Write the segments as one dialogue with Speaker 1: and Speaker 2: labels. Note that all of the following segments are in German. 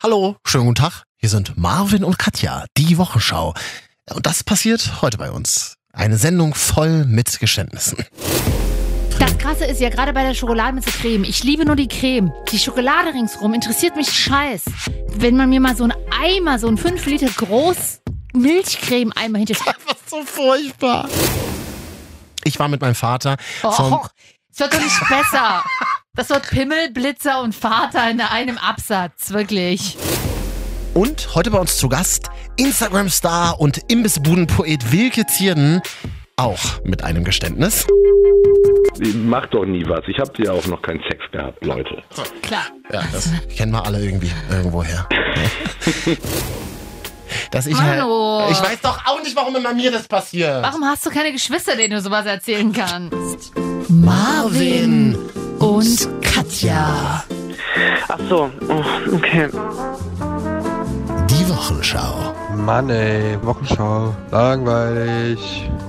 Speaker 1: Hallo, schönen guten Tag. Hier sind Marvin und Katja, die Wochenschau. Und das passiert heute bei uns. Eine Sendung voll mit Geständnissen.
Speaker 2: Das Krasse ist ja gerade bei der Schokolade mit der Creme. Ich liebe nur die Creme. Die Schokolade ringsrum interessiert mich scheiß. Wenn man mir mal so einen Eimer, so einen 5 Liter groß Milchcreme-Eimer hinter...
Speaker 1: Einfach so furchtbar. Oh. Ich war mit meinem Vater vom.
Speaker 2: Och, es oh, wird doch nicht besser. Das wird Pimmel, Blitzer und Vater in einem Absatz, wirklich.
Speaker 1: Und heute bei uns zu Gast Instagram-Star und Imbissbudenpoet Wilke Zierden. Auch mit einem Geständnis.
Speaker 3: Ich Mach doch nie was. Ich habe ja auch noch keinen Sex gehabt, Leute.
Speaker 2: Klar.
Speaker 1: Ja, das kennen wir alle irgendwie irgendwoher. Dass ich
Speaker 2: Hallo.
Speaker 1: Halt, ich weiß doch auch nicht, warum immer mir das passiert.
Speaker 2: Warum hast du keine Geschwister, denen du sowas erzählen kannst?
Speaker 1: Marvin
Speaker 2: und Katja.
Speaker 4: Ach so, oh, okay.
Speaker 1: Die Wochenschau.
Speaker 5: Mann ey, Wochenschau, langweilig.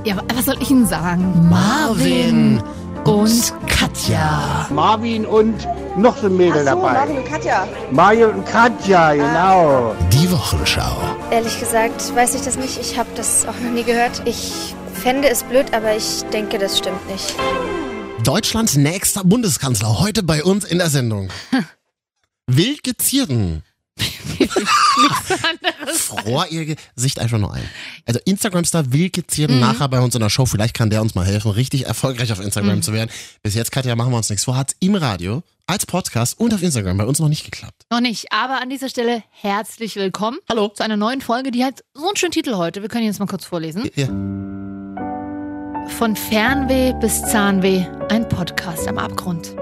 Speaker 2: Ja, wa- was soll ich Ihnen sagen?
Speaker 1: Marvin
Speaker 2: und
Speaker 1: Katja.
Speaker 6: Marvin und noch so ein Mädel
Speaker 7: Ach so,
Speaker 6: dabei.
Speaker 7: Marvin und Katja.
Speaker 6: Mario und Katja, genau.
Speaker 1: Die Wochenschau.
Speaker 8: Ehrlich gesagt weiß ich das nicht. Ich habe das auch noch nie gehört. Ich fände es blöd, aber ich denke, das stimmt nicht.
Speaker 1: Deutschlands nächster Bundeskanzler heute bei uns in der Sendung. Wilke Zierden. Fror ihr Gesicht einfach nur ein. Also Instagram-Star Wilke
Speaker 2: Mhm.
Speaker 1: Zierden nachher bei uns in der Show. Vielleicht kann der uns mal helfen, richtig erfolgreich auf
Speaker 2: Mhm.
Speaker 1: Instagram zu werden. Bis jetzt, Katja, machen wir uns nichts vor. Hat's im Radio, als Podcast und auf Instagram bei uns noch nicht geklappt.
Speaker 2: Noch nicht, aber an dieser Stelle herzlich willkommen. Hallo. Zu einer neuen Folge, die hat so einen schönen Titel heute. Wir können ihn jetzt mal kurz vorlesen.
Speaker 1: Ja.
Speaker 2: Von Fernweh bis Zahnweh, ein Podcast am Abgrund.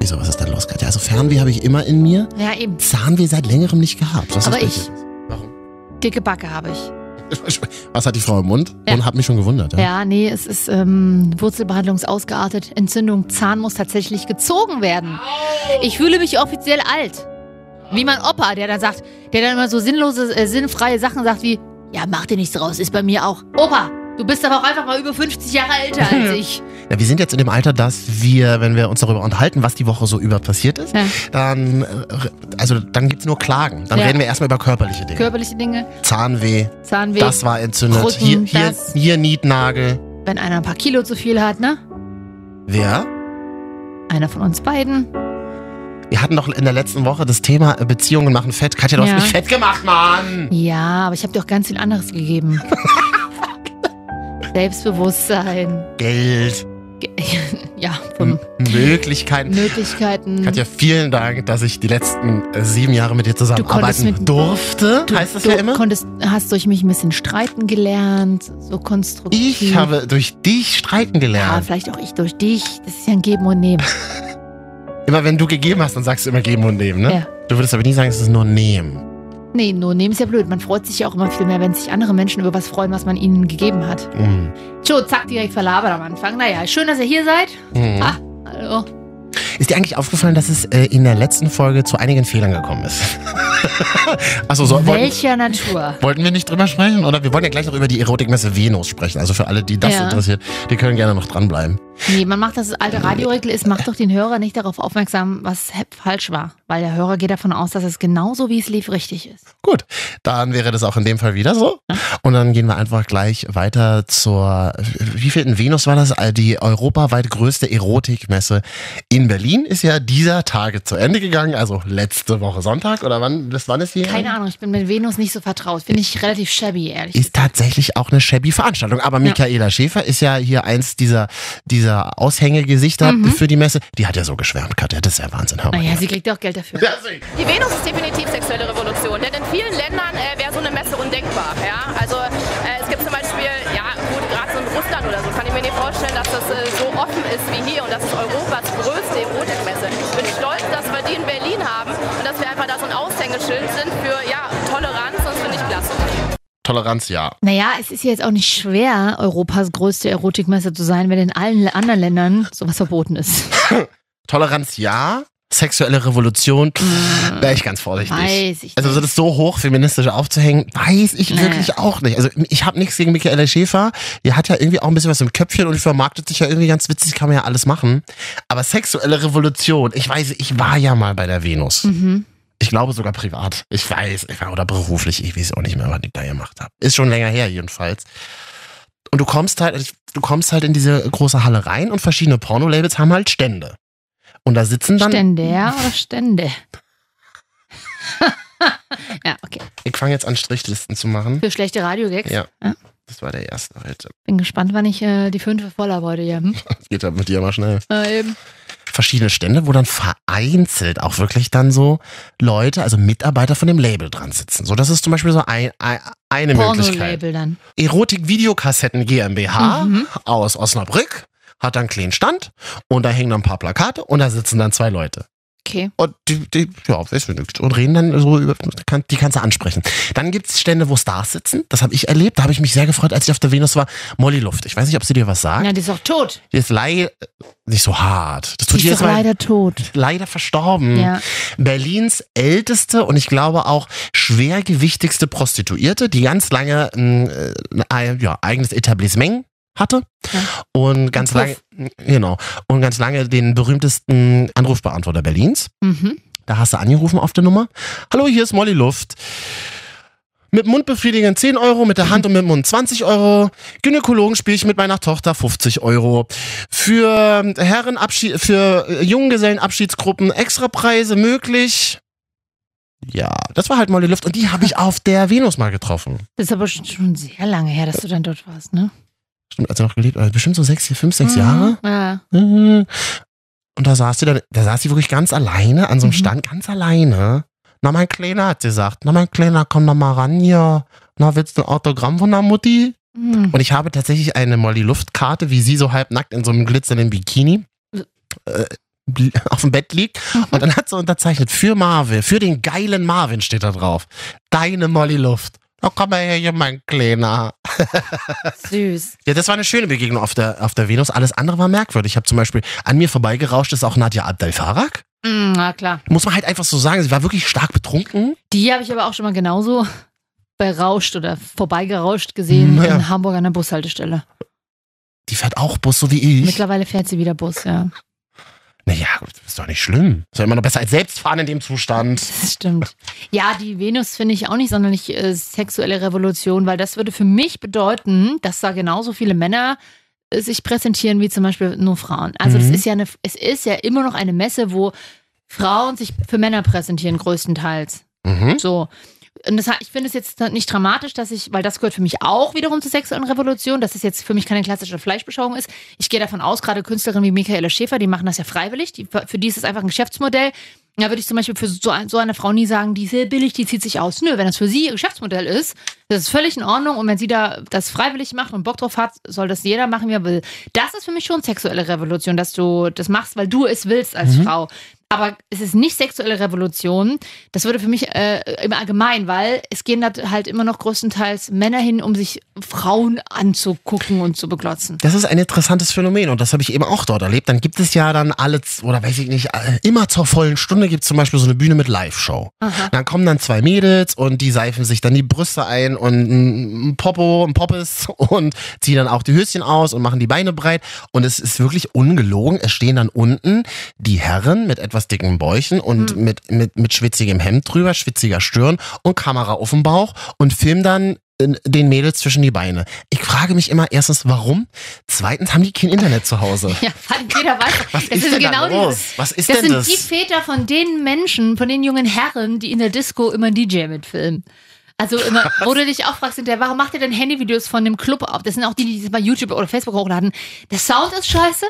Speaker 1: Wieso, was ist denn los, Katja? Also Fernweh habe ich immer in mir.
Speaker 2: Ja, eben.
Speaker 1: Zahnweh seit längerem nicht gehabt. Was
Speaker 2: Aber
Speaker 1: ist
Speaker 2: ich-
Speaker 1: das? Warum?
Speaker 2: Dicke Backe habe ich.
Speaker 1: Was hat die Frau im Mund?
Speaker 2: Ja.
Speaker 1: Und hab mich schon gewundert. Ja.
Speaker 2: Ja, nee, es ist ähm, Wurzelbehandlung ist ausgeartet. Entzündung, Zahn muss tatsächlich gezogen werden. Ich fühle mich offiziell alt. Wie mein Opa, der dann sagt, der dann immer so sinnlose, äh, sinnfreie Sachen sagt wie, ja, mach dir nichts draus, ist bei mir auch. Opa, du bist aber auch einfach mal über 50 Jahre älter als ich.
Speaker 1: Ja, wir sind jetzt in dem Alter, dass wir, wenn wir uns darüber unterhalten, was die Woche so über passiert ist,
Speaker 2: Ja.
Speaker 1: dann, äh, also dann gibt's nur Klagen. Dann
Speaker 2: Ja.
Speaker 1: reden wir erstmal über körperliche Dinge.
Speaker 2: Körperliche Dinge,
Speaker 1: Zahnweh,
Speaker 2: Zahnweh,
Speaker 1: das war entzündet.
Speaker 2: Rücken,
Speaker 1: hier, hier,
Speaker 2: das-
Speaker 1: hier Nietnagel.
Speaker 2: wenn einer ein paar Kilo zu viel hat, ne?
Speaker 1: Wer?
Speaker 2: Einer von uns beiden.
Speaker 1: Wir hatten doch in der letzten Woche das Thema äh, Beziehungen machen fett. Katja, du
Speaker 2: Ja.
Speaker 1: hast mich fett gemacht, Mann!
Speaker 2: Ja, aber ich habe dir auch ganz viel anderes gegeben. Selbstbewusstsein.
Speaker 1: Geld,
Speaker 2: Ge- Ja, von
Speaker 1: M- Möglichkeiten.
Speaker 2: Möglichkeiten.
Speaker 1: Hm. Katja, vielen Dank, dass ich die letzten äh, sieben Jahre mit dir
Speaker 2: konntest
Speaker 1: zusammenarbeiten
Speaker 2: mit-
Speaker 1: durfte.
Speaker 2: du,
Speaker 1: heißt das
Speaker 2: du
Speaker 1: ja immer?
Speaker 2: konntest, hast durch mich ein bisschen streiten gelernt, so konstruktiv.
Speaker 1: Ich habe durch dich streiten
Speaker 2: Ja,
Speaker 1: gelernt.
Speaker 2: vielleicht auch ich durch dich. Das ist ja ein Geben und Nehmen.
Speaker 1: Immer wenn du gegeben hast, dann sagst du immer geben und nehmen, ne?
Speaker 2: Ja.
Speaker 1: Du würdest aber nie sagen, es ist nur nehmen.
Speaker 2: Nee, nur Nehmen ist ja blöd. Man freut sich ja auch immer viel mehr, wenn sich andere Menschen über was freuen, was man ihnen gegeben hat.
Speaker 1: Mhm.
Speaker 2: Tjo, zack, direkt verlabert am Anfang. Naja, schön, dass ihr hier seid.
Speaker 1: Mhm.
Speaker 2: Ah, hallo.
Speaker 1: Ist dir eigentlich aufgefallen, dass es äh, in der letzten Folge zu einigen Fehlern gekommen ist? Achso, so, wollten,
Speaker 2: Welcher Natur?
Speaker 1: wollten wir nicht drüber sprechen? Oder wir wollen ja gleich noch über die Erotikmesse Venus sprechen. Also für alle, die das
Speaker 2: Ja.
Speaker 1: interessiert, die können gerne noch dranbleiben.
Speaker 2: Nee, man macht, dass es alte Radioregel ist, macht doch den Hörer nicht darauf aufmerksam, was he- falsch war. Weil der Hörer geht davon aus, dass es genauso, wie es lief, richtig ist.
Speaker 1: Gut, dann wäre das auch in dem Fall wieder so. Und dann gehen wir einfach gleich weiter zur, wie viel in Venus war das? Äh, Die europaweit größte Erotikmesse in Berlin ist ja dieser Tage zu Ende gegangen, also letzte Woche Sonntag oder wann, das wann ist hier?
Speaker 2: Keine Ahnung, ich bin mit Venus nicht so vertraut. Finde ich relativ shabby, ehrlich.
Speaker 1: Ist tatsächlich auch eine shabby Veranstaltung. Aber Michaela Schäfer ist ja hier eins dieser, dieser Aushängegesichter
Speaker 2: Mhm.
Speaker 1: für die Messe. Die hat ja so geschwärmt, Katja, das ist ja Wahnsinn. Hör mal.
Speaker 2: Naja, sie kriegt ja auch Geld dafür.
Speaker 1: Deswegen.
Speaker 9: Die Venus ist definitiv sexuelle Revolution, denn in vielen Ländern äh, wäre so eine Messe undenkbar. Ja? Also äh, es gibt zum Beispiel, ja gut, gerade so in Russland oder so, kann ich mir nicht vorstellen, dass das äh, so offen ist wie hier und das ist Europas größte Erotikmesse. Ich bin stolz, dass wir die in Berlin haben und dass wir einfach da so ein Aushängeschild sind für ja, Toleranz und das finde ich klasse.
Speaker 1: Toleranz, ja.
Speaker 2: Naja, es ist ja jetzt auch nicht schwer, Europas größte Erotikmesse zu sein, wenn in allen anderen Ländern sowas verboten ist.
Speaker 1: Toleranz, ja. Sexuelle Revolution, pff, wäre ich ganz vorsichtig.
Speaker 2: Mhm. Weiß ich
Speaker 1: Also so das so hoch feministisch aufzuhängen, weiß ich
Speaker 2: Nee.
Speaker 1: wirklich auch nicht. Also ich habe nichts gegen Michaela Schäfer. Die hat ja irgendwie auch ein bisschen was im Köpfchen und die vermarktet sich ja irgendwie ganz witzig, kann man ja alles machen. Aber sexuelle Revolution, ich weiß, ich war ja mal bei der Venus.
Speaker 2: Mhm.
Speaker 1: Ich glaube sogar privat. Ich weiß, ich war oder beruflich, ich weiß auch nicht mehr, was ich da gemacht habe. Ist schon länger her jedenfalls. Und du kommst halt, du kommst halt in diese große Halle rein und verschiedene Pornolabels haben halt Stände. Und da sitzen dann,
Speaker 2: Stände, ja, oder Stände? ja, okay.
Speaker 1: ich fange jetzt an Strichlisten zu machen.
Speaker 2: Für schlechte Radiogags.
Speaker 1: Ja.
Speaker 2: Ja.
Speaker 1: Das war der erste halt.
Speaker 2: Bin gespannt, wann ich äh, die fünf voll habe heute hier. Hm?
Speaker 1: Geht halt mit dir mal schnell.
Speaker 2: Äh, eben.
Speaker 1: verschiedene Stände, wo dann vereinzelt auch wirklich dann so Leute, also Mitarbeiter von dem Label dran sitzen. So, das ist zum Beispiel so ein, ein, eine Möglichkeit.
Speaker 2: Porno-Label dann.
Speaker 1: Erotik-Videokassetten GmbH
Speaker 2: Mhm.
Speaker 1: aus Osnabrück hat dann einen kleinen Stand und da hängen dann ein paar Plakate und da sitzen dann zwei Leute.
Speaker 2: Okay.
Speaker 1: Und die, die ja, weiß ich nicht, und reden dann so über, kann, die kannst du ansprechen. Dann gibt's Stände, wo Stars sitzen. Das habe ich erlebt. Da habe ich mich sehr gefreut, als ich auf der Venus war. Molly Luft. Ich weiß nicht, ob sie dir was sagt.
Speaker 2: Na, die ist doch tot.
Speaker 1: Die ist leider nicht so hart. Das tut
Speaker 2: Die
Speaker 1: dir Hm. jetzt
Speaker 2: ist doch
Speaker 1: mal
Speaker 2: leider tot.
Speaker 1: leider verstorben.
Speaker 2: Ja.
Speaker 1: Berlins älteste und ich glaube auch schwergewichtigste Prostituierte, die ganz lange ein äh, ein, ja, eigenes Etablissement hatte
Speaker 2: Ja.
Speaker 1: und ganz lange
Speaker 2: Puff.
Speaker 1: genau und ganz lange den berühmtesten Anrufbeantworter Berlins.
Speaker 2: Mhm.
Speaker 1: Da hast du angerufen auf der Nummer. Hallo, hier ist Molly Luft. Mit Mund befriedigen 10 Euro, mit der Hand und mit dem Mund 20 Euro. Gynäkologen spiele ich mit meiner Tochter 50 Euro. Für ähm, Herrenabschied, für äh, Junggesellenabschiedsgruppen extra Preise möglich. Ja, das war halt Molly Luft und die habe ich auf der Venus mal getroffen.
Speaker 2: Das ist aber schon- schon sehr lange her, dass du dann dort warst, ne?
Speaker 1: Stimmt, als er noch gelebt hat. Bestimmt so sechs, vier, fünf, sechs
Speaker 2: Mhm.
Speaker 1: Jahre.
Speaker 2: Ja.
Speaker 1: Mhm. Und da saß sie dann, da saß sie wirklich ganz alleine an so einem
Speaker 2: Mhm.
Speaker 1: Stand, ganz alleine. Na, mein Kleiner, hat sie gesagt. Na, mein Kleiner, komm doch mal ran hier. Na, willst du ein Autogramm von der Mutti?
Speaker 2: Hm.
Speaker 1: Und ich habe tatsächlich eine Molly-Luftkarte, wie sie so halbnackt in so einem glitzernden Bikini äh, bl- auf dem Bett liegt. Und dann hat sie unterzeichnet für Marvin, für den geilen Marvin steht da drauf. Deine Molly-Luft. Na, komm mal her, hier, mein Kleiner. Oh.
Speaker 2: Süß.
Speaker 1: Ja, das war eine schöne Begegnung auf der, auf der Venus. Alles andere war merkwürdig. Ich habe zum Beispiel an mir vorbeigerauscht, ist auch Nadja Abdel-Farag.
Speaker 2: Hm, na klar.
Speaker 1: Muss man halt einfach so sagen, sie war wirklich stark betrunken.
Speaker 2: Die habe ich aber auch schon mal genauso berauscht oder vorbeigerauscht gesehen
Speaker 1: Hm, ja.
Speaker 2: in Hamburg an der Bushaltestelle.
Speaker 1: Die fährt auch Bus, so wie ich.
Speaker 2: Mittlerweile fährt sie wieder Bus, ja.
Speaker 1: Naja, gut, das ist doch nicht schlimm. Ist ja immer noch besser als selbstfahren in dem Zustand.
Speaker 2: Das stimmt. Ja, die Venus finde ich auch nicht sonderlich äh, sexuelle Revolution, weil das würde für mich bedeuten, dass da genauso viele Männer äh, sich präsentieren wie zum Beispiel nur Frauen. Also das
Speaker 1: Mhm.
Speaker 2: ist ja eine, es ist ja immer noch eine Messe, wo Frauen sich für Männer präsentieren größtenteils.
Speaker 1: Mhm.
Speaker 2: So. Und das, ich finde es jetzt nicht dramatisch, dass ich, weil das gehört für mich auch wiederum zur sexuellen Revolution, dass es jetzt für mich keine klassische Fleischbeschauung ist. Ich gehe davon aus, gerade Künstlerinnen wie Michaela Schäfer, die machen das ja freiwillig. Die, für die ist es einfach ein Geschäftsmodell. Da würde ich zum Beispiel für so, ein- so eine Frau nie sagen, die ist sehr billig, die zieht sich aus. Nö, wenn das für sie ihr Geschäftsmodell ist, das ist völlig in Ordnung. Und wenn sie da das freiwillig macht und Bock drauf hat, soll das jeder machen, wie er will. Das ist für mich schon sexuelle Revolution, dass du das machst, weil du es willst als Frau. Aber es ist nicht sexuelle Revolution. Das würde für mich äh, im Allgemeinen, weil es gehen da halt immer noch größtenteils Männer hin, um sich Frauen anzugucken und zu beglotzen.
Speaker 1: Das ist ein interessantes Phänomen und das habe ich eben auch dort erlebt. Dann gibt es ja dann alle, z- oder weiß ich nicht, äh, immer zur vollen Stunde gibt es zum Beispiel so eine Bühne mit Live-Show.
Speaker 2: Aha.
Speaker 1: Dann kommen dann zwei Mädels und die seifen sich dann die Brüste ein und ein Popo, ein Poppes und ziehen dann auch die Höschen aus und machen die Beine breit. Und es ist wirklich ungelogen. Es stehen dann unten die Herren mit etwas dicken Bäuchen und mit, mit, mit schwitzigem Hemd drüber, schwitziger Stirn und Kamera auf dem Bauch und filmen dann in- den Mädels zwischen die Beine. Ich frage mich immer erstens, warum? Zweitens haben die kein Internet zu Hause.
Speaker 2: Ja, weil jeder weiß,
Speaker 1: Was
Speaker 2: das
Speaker 1: ist
Speaker 2: sind
Speaker 1: denn
Speaker 2: genau
Speaker 1: da los? Was ist
Speaker 2: das
Speaker 1: denn
Speaker 2: sind
Speaker 1: das?
Speaker 2: die Väter von den Menschen, von den jungen Herren, die in der Disco immer einen DJ mitfilmen. Also immer, wo du dich auch fragst, hinterher, warum macht ihr denn Handyvideos von dem Club auf? Das sind auch die, die das bei YouTube oder Facebook hochladen. Der Sound ist scheiße.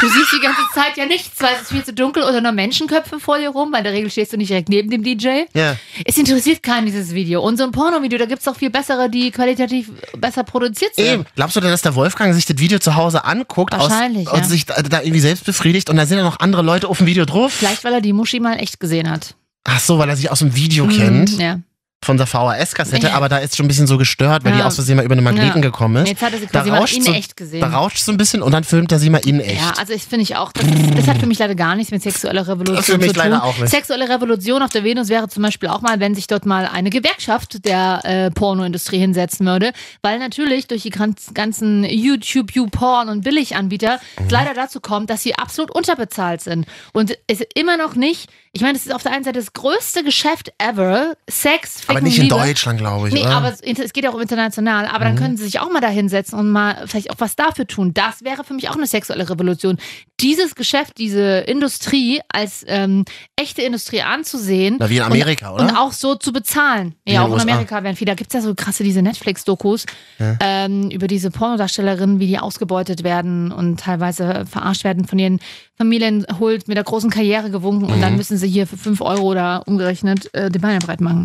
Speaker 2: Du siehst die ganze Zeit ja nichts, weil es ist viel zu dunkel oder nur Menschenköpfe vor dir rum, weil in der Regel stehst du nicht direkt neben dem DJ.
Speaker 1: Ja.
Speaker 2: Es interessiert keinen dieses Video. Und so ein Porno-Video, da gibt es auch viel bessere, die qualitativ besser produziert sind.
Speaker 1: Eben. Glaubst du denn, dass der Wolfgang sich das Video zu Hause anguckt aus,
Speaker 2: Wahrscheinlich,
Speaker 1: und
Speaker 2: ja.
Speaker 1: sich da, da irgendwie selbst befriedigt und da sind ja noch andere Leute auf dem Video drauf?
Speaker 2: Vielleicht, weil er die Muschi mal in echt gesehen hat.
Speaker 1: Ach so, weil er sich aus dem Video kennt,
Speaker 2: Mhm, ja.
Speaker 1: von der VHS-Kassette,
Speaker 2: Ja.
Speaker 1: aber da ist schon ein bisschen so gestört, weil die
Speaker 2: Ja.
Speaker 1: aus Versehen mal über eine Magneten
Speaker 2: Ja.
Speaker 1: gekommen ist.
Speaker 2: Jetzt hat er sie
Speaker 1: Da
Speaker 2: quasi mal
Speaker 1: rauscht
Speaker 2: in
Speaker 1: so-
Speaker 2: echt gesehen.
Speaker 1: Da rauscht so ein bisschen und dann filmt er sie mal in echt.
Speaker 2: Ja, also ich finde ich auch, das, ist, das hat für mich leider gar nichts mit sexueller Revolution
Speaker 1: Für mich
Speaker 2: zu tun.
Speaker 1: leider auch nicht.
Speaker 2: Sexuelle Revolution auf der Venus wäre zum Beispiel auch mal, wenn sich dort mal eine Gewerkschaft der äh, Pornoindustrie hinsetzen würde, weil natürlich durch die ganz, ganzen YouTube, YouPorn und Billiganbieter es leider dazu kommt, dass sie absolut unterbezahlt sind und es immer noch nicht Ich meine, es ist auf der einen Seite das größte Geschäft ever. Sex, Ficken,
Speaker 1: Aber nicht in
Speaker 2: Liebe.
Speaker 1: Deutschland, glaube ich.
Speaker 2: Nee,
Speaker 1: oder? Mhm.
Speaker 2: aber es, es geht ja auch um international. Aber dann können sie sich auch mal da hinsetzen und mal vielleicht auch was dafür tun. Das wäre für mich auch eine sexuelle Revolution. Dieses Geschäft, diese Industrie als ähm, echte Industrie anzusehen.
Speaker 1: Na, wie in Amerika,
Speaker 2: und,
Speaker 1: oder?
Speaker 2: Und auch so zu bezahlen.
Speaker 1: Wie in
Speaker 2: ja, auch in
Speaker 1: den USA.
Speaker 2: Amerika werden viele. Da gibt es ja so krasse diese Netflix-Dokus ähm, über diese Pornodarstellerinnen, wie die ausgebeutet werden und teilweise verarscht werden von ihren Familien holt, mit der großen Karriere gewunken und
Speaker 1: Mhm.
Speaker 2: dann müssen sie hier für 5 Euro oder umgerechnet äh, den Beine breit machen.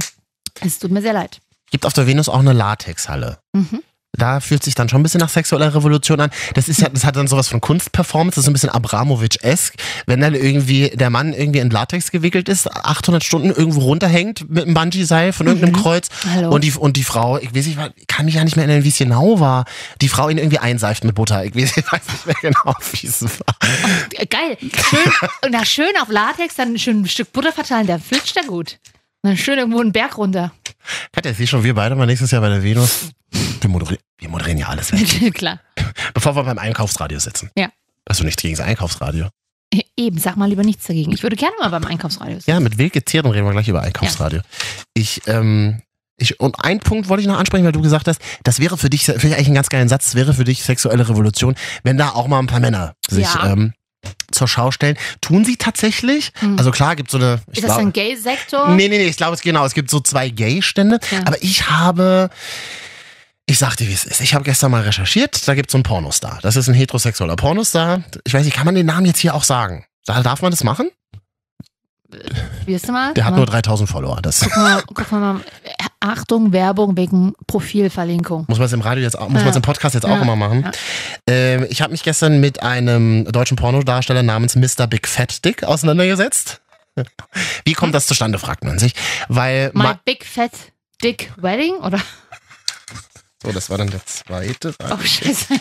Speaker 2: Es tut mir sehr leid.
Speaker 1: Gibt auf der Venus auch eine Latexhalle.
Speaker 2: Mhm.
Speaker 1: Da fühlt sich dann schon ein bisschen nach sexueller Revolution an. Das ist ja, das hat dann sowas von Kunstperformance, das ist so ein bisschen Abramowitsch-esk. Wenn dann irgendwie der Mann irgendwie in Latex gewickelt ist, 800 Stunden irgendwo runterhängt mit einem Bungee-Seil von irgendeinem Kreuz
Speaker 2: Mhm. Hallo.
Speaker 1: und die, und die Frau, ich weiß nicht, was- ich kann mich ja nicht mehr erinnern, wie es genau war, die Frau ihn irgendwie einseift mit Butter. Ich weiß, ich weiß nicht mehr genau, wie es war.
Speaker 2: Äh, Geil. Schön, und da schön auf Latex dann schön ein Stück Butter verteilen, dann flitscht er gut. Und dann schön irgendwo einen Berg runter.
Speaker 1: Katja, ich sehe schon, wir beide mal nächstes Jahr bei der Venus. Wir moderieren, wir moderieren ja alles weg.
Speaker 2: Klar.
Speaker 1: Bevor wir beim Einkaufsradio sitzen.
Speaker 2: Ja.
Speaker 1: Hast du nichts gegen das Einkaufsradio?
Speaker 2: Eben, sag mal lieber nichts dagegen. Ich würde gerne mal beim Einkaufsradio. sein.
Speaker 1: Ja, mit Wilke Zierden reden wir gleich über Einkaufsradio. Ich, ähm, ich, und einen Punkt wollte ich noch ansprechen, weil du gesagt hast, das wäre für dich, finde ich eigentlich einen ganz geilen Satz, das wäre für dich sexuelle Revolution, wenn da auch mal ein paar Männer sich
Speaker 2: Ja.
Speaker 1: ähm, zur Schau stellen. Tun sie tatsächlich?
Speaker 2: Hm.
Speaker 1: Also klar, gibt so eine. ich
Speaker 2: Ist das
Speaker 1: glaub-
Speaker 2: ein Gay-Sektor?
Speaker 1: Nee, nee, nee, ich glaube, es genau. Es gibt so zwei Gay-Stände.
Speaker 2: Ja.
Speaker 1: Aber ich habe. Ich sag dir, wie es ist. Ich habe gestern mal recherchiert, da gibt es so einen Pornostar. Das ist ein heterosexueller Pornostar. Ich weiß nicht, kann man den Namen jetzt hier auch sagen? Da- Darf man das machen?
Speaker 2: Wirst du mal?
Speaker 1: Der hat
Speaker 2: Mal-
Speaker 1: nur 3000 Follower. Das
Speaker 2: Guck mal, guck mal. Achtung, Werbung wegen Profilverlinkung.
Speaker 1: muss man es im Radio jetzt, auch- muss
Speaker 2: Ja.
Speaker 1: man es im Podcast jetzt
Speaker 2: Ja.
Speaker 1: auch immer machen.
Speaker 2: Ja.
Speaker 1: Ähm, ich habe mich gestern mit einem deutschen Pornodarsteller namens Mr. Big Fat Dick auseinandergesetzt. Wie
Speaker 2: Hm?
Speaker 1: kommt das zustande, fragt man sich. Weil,
Speaker 2: My
Speaker 1: ma-
Speaker 2: Big Fat Dick Wedding? Oder?
Speaker 1: so, das war dann der zweite.
Speaker 2: Oh, Scheiße.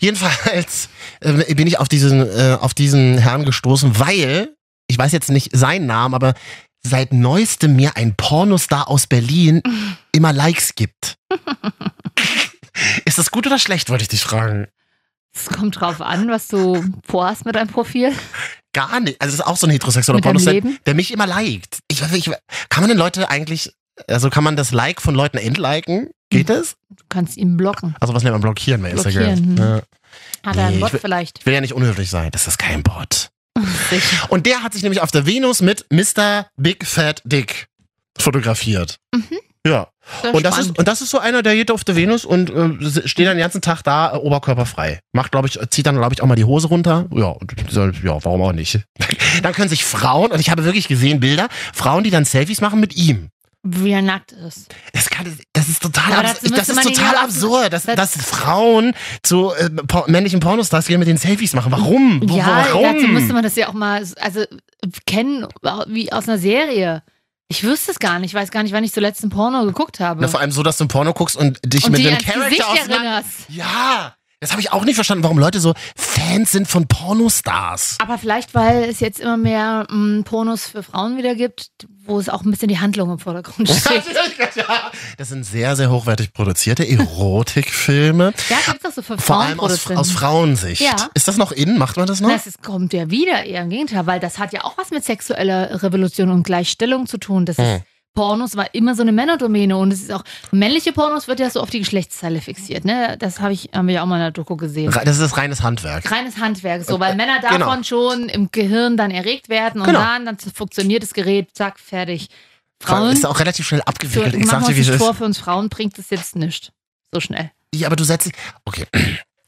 Speaker 1: Jedenfalls äh, bin ich auf diesen, äh, auf diesen Herrn gestoßen, weil, ich weiß jetzt nicht seinen Namen, aber seit neuestem mir ein Pornostar aus Berlin immer Likes gibt. Ist das gut oder schlecht, wollte ich dich fragen.
Speaker 2: Es kommt drauf an, was du vorhast mit deinem Profil.
Speaker 1: Gar nicht. Also es ist auch so ein heterosexueller
Speaker 2: Mit deinem
Speaker 1: Pornostar,
Speaker 2: Leben?
Speaker 1: der mich immer liked. Ich, weiß nicht, ich, kann man denn Leute eigentlich, also kann man das Like von Leuten entliken?
Speaker 2: Mhm.
Speaker 1: Geht das?
Speaker 2: Du kannst ihn blocken.
Speaker 1: Also was nennt man blockieren bei
Speaker 2: Blockieren,
Speaker 1: Instagram?
Speaker 2: hm.
Speaker 1: Ja.
Speaker 2: Hat er
Speaker 1: Nee,
Speaker 2: einen
Speaker 1: ich
Speaker 2: Bot
Speaker 1: will-
Speaker 2: vielleicht?
Speaker 1: Ich will ja nicht unhöflich sein. Das ist kein Bot.
Speaker 2: Sicher.
Speaker 1: Und der hat sich nämlich auf der Venus mit Mr. Big Fat Dick fotografiert.
Speaker 2: Mhm.
Speaker 1: Ja.
Speaker 2: Sehr
Speaker 1: Und das,
Speaker 2: spannend.
Speaker 1: ist, und das ist so einer, der geht auf der Venus und äh, s- steht dann den ganzen Tag da äh, oberkörperfrei. Macht, glaube ich, äh, zieht dann, glaube ich, auch mal die Hose runter. Ja, und, so, ja, warum auch nicht? dann können sich Frauen, und ich habe wirklich gesehen Bilder, Frauen, die dann Selfies machen mit ihm.
Speaker 2: wie er nackt ist.
Speaker 1: Das, kann, das ist total,
Speaker 2: Ja, aber
Speaker 1: abs das
Speaker 2: dazu müsste
Speaker 1: ist
Speaker 2: man ihn
Speaker 1: total
Speaker 2: ja auch-
Speaker 1: absurd, dass,
Speaker 2: das-
Speaker 1: dass Frauen zu äh, por männlichen Pornostars gehen mit den Selfies machen. Warum? Wo-
Speaker 2: Ja,
Speaker 1: Warum?
Speaker 2: dazu müsste man das ja auch mal also kennen, wie aus einer Serie. Ich wüsste es gar nicht. Ich weiß gar nicht, wann ich zuletzt ein Porno geguckt habe.
Speaker 1: Na, vor allem so, dass du ein Porno guckst und dich
Speaker 2: Und
Speaker 1: mit
Speaker 2: die
Speaker 1: dem
Speaker 2: ans Gesicht
Speaker 1: Charakter auseinander...
Speaker 2: erinnerst.
Speaker 1: Ja, das habe ich auch nicht verstanden, warum Leute so Fans sind von Pornostars.
Speaker 2: Aber vielleicht, weil es jetzt immer mehr mh, Pornos für Frauen wieder gibt, wo es auch ein bisschen die Handlung im Vordergrund steht.
Speaker 1: Das sind sehr, sehr hochwertig produzierte Erotikfilme.
Speaker 2: ja, gibt es auch so für
Speaker 1: Vor
Speaker 2: Frauen
Speaker 1: allem aus, aus Frauensicht.
Speaker 2: Ja.
Speaker 1: Ist das noch in? Macht man das noch?
Speaker 2: Das ist, kommt ja wieder eher im Gegenteil, weil das hat ja auch was mit sexueller Revolution und Gleichstellung zu tun. Das
Speaker 1: Mhm.
Speaker 2: ist, Pornos war immer so eine Männerdomäne und es ist auch, männliche Pornos wird ja so auf die Geschlechtsteile fixiert, ne? Das habe ich, haben wir ja auch mal in der Doku gesehen.
Speaker 1: Re- das ist reines Handwerk.
Speaker 2: Reines Handwerk, so, weil Männer davon
Speaker 1: genau.
Speaker 2: schon im Gehirn dann erregt werden und
Speaker 1: Genau.
Speaker 2: dann, dann funktioniert das Gerät, zack, fertig. Frauen,
Speaker 1: Ist auch relativ schnell
Speaker 2: für,
Speaker 1: abgewickelt. Ich
Speaker 2: machen
Speaker 1: sag dir,
Speaker 2: wir uns
Speaker 1: wie es
Speaker 2: nicht
Speaker 1: ist.
Speaker 2: vor, für uns Frauen bringt es jetzt nicht. So schnell.
Speaker 1: Ja, aber du setzt dich. Okay.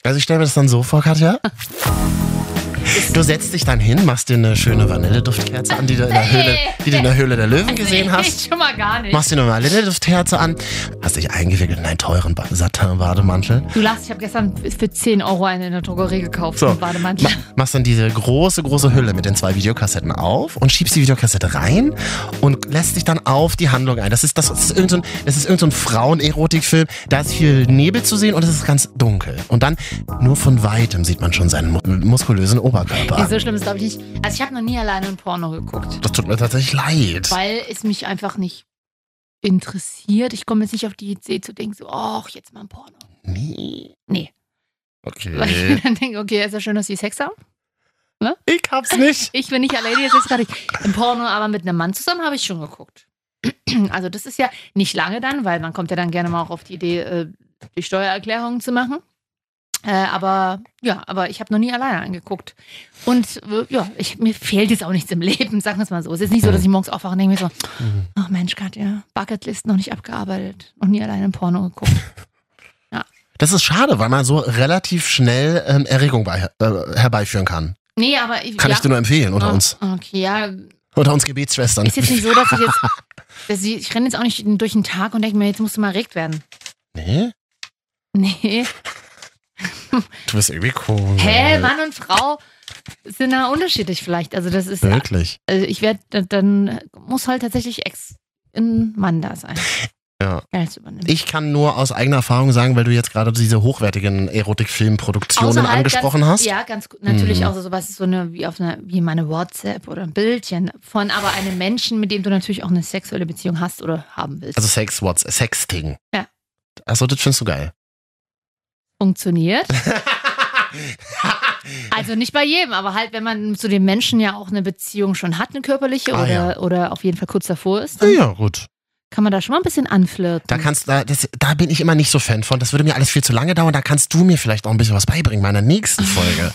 Speaker 1: Also ich stelle mir das dann so vor, Katja. Du setzt dich dann hin, machst dir eine schöne Vanilleduftkerze an, die du in der Höhle, die du in der Höhle der Löwen gesehen hast.
Speaker 2: Ich schon mal gar nicht.
Speaker 1: Machst dir eine Vanilleduftkerze an, hast dich eingewickelt in einen teuren Ba- Satin-Bademantel.
Speaker 2: Du lachst, ich habe gestern für 10 Euro einen in der Drogerie gekauft.
Speaker 1: So.
Speaker 2: So. Bademantel.
Speaker 1: Ma machst dann diese große, große Hülle mit den zwei Videokassetten auf und schiebst die Videokassette rein und lässt dich dann auf die Handlung ein. Das ist, das ist irgendein so ein- das ist irgend so ein Frauen-Erotikfilm. Da ist viel Nebel zu sehen und es ist ganz dunkel. Und dann nur von Weitem sieht man schon seinen mu muskulösen Oberkörper.
Speaker 2: Nee, so schlimm ist glaube ich nicht. Also ich habe noch nie alleine ein Porno geguckt,
Speaker 1: das tut mir tatsächlich leid.
Speaker 2: weil es mich einfach nicht interessiert. Ich komme jetzt nicht auf die Idee zu denken, so, ach, jetzt mal ein Porno.
Speaker 1: Nee.
Speaker 2: Nee. Weil ich
Speaker 1: Okay.
Speaker 2: mir dann denke, okay, ist ja schön, dass die Sex haben. Ne?
Speaker 1: Ich hab's nicht.
Speaker 2: Ich bin nicht alleine, jetzt ist gerade ich. Im Porno, aber mit einem Mann zusammen habe ich schon geguckt. Also das ist ja nicht lange dann, weil man kommt ja dann gerne mal auch auf die Idee, äh, die Steuererklärung zu machen. Äh, aber ja, aber ich habe noch nie alleine angeguckt. Und äh, ja, ich, mir fehlt jetzt auch nichts im Leben, sagen wir es mal so. Es ist nicht so, dass
Speaker 1: Mhm.
Speaker 2: ich morgens aufwache und denke mir so, ach Mensch, Katja, Bucketlist noch nicht abgearbeitet, noch nie alleine im Porno geguckt.
Speaker 1: Das ist schade, weil man so relativ schnell ähm, Erregung bei, äh, herbeiführen kann.
Speaker 2: Nee, aber ich.
Speaker 1: Kann
Speaker 2: ja,
Speaker 1: ich dir nur empfehlen unter
Speaker 2: Ah,
Speaker 1: uns.
Speaker 2: Okay, ja,
Speaker 1: Unter uns Gebetsschwestern.
Speaker 2: Ist jetzt nicht so, dass ich jetzt. Dass ich, ich renne jetzt auch nicht durch den Tag und denke mir, jetzt musst du mal erregt werden.
Speaker 1: Nee,
Speaker 2: Nee.
Speaker 1: du bist irgendwie cool.
Speaker 2: Hä, Mann und Frau sind da unterschiedlich vielleicht. Also das ist.
Speaker 1: Wirklich.
Speaker 2: Also ich werde, dann, dann muss halt tatsächlich ex ein Mann da sein.
Speaker 1: Ja.
Speaker 2: Der das übernimmt.
Speaker 1: Ich kann nur aus eigener Erfahrung sagen, weil du jetzt gerade diese hochwertigen Erotikfilmproduktionen
Speaker 2: Außer halt
Speaker 1: angesprochen
Speaker 2: ganz,
Speaker 1: hast.
Speaker 2: Ja, ganz gut. Natürlich
Speaker 1: Mhm.
Speaker 2: auch so was ist so eine, wie auf einer, wie meine WhatsApp oder ein Bildchen von aber einem Menschen, mit dem du natürlich auch eine sexuelle Beziehung hast oder haben willst.
Speaker 1: Also Sex, what's Sexting.
Speaker 2: Ja.
Speaker 1: Achso, das findest du geil.
Speaker 2: Funktioniert. Also nicht bei jedem, aber halt, wenn man zu dem Menschen ja auch eine Beziehung schon hat, eine körperliche
Speaker 1: Ah,
Speaker 2: oder,
Speaker 1: ja.
Speaker 2: oder auf jeden Fall kurz davor ist, dann
Speaker 1: ja, gut.
Speaker 2: kann man da schon mal ein bisschen anflirten.
Speaker 1: Da kannst da, das, da bin ich immer nicht so Fan von. Das würde mir alles viel zu lange dauern. Da kannst du mir vielleicht auch ein bisschen was beibringen bei der nächsten Folge.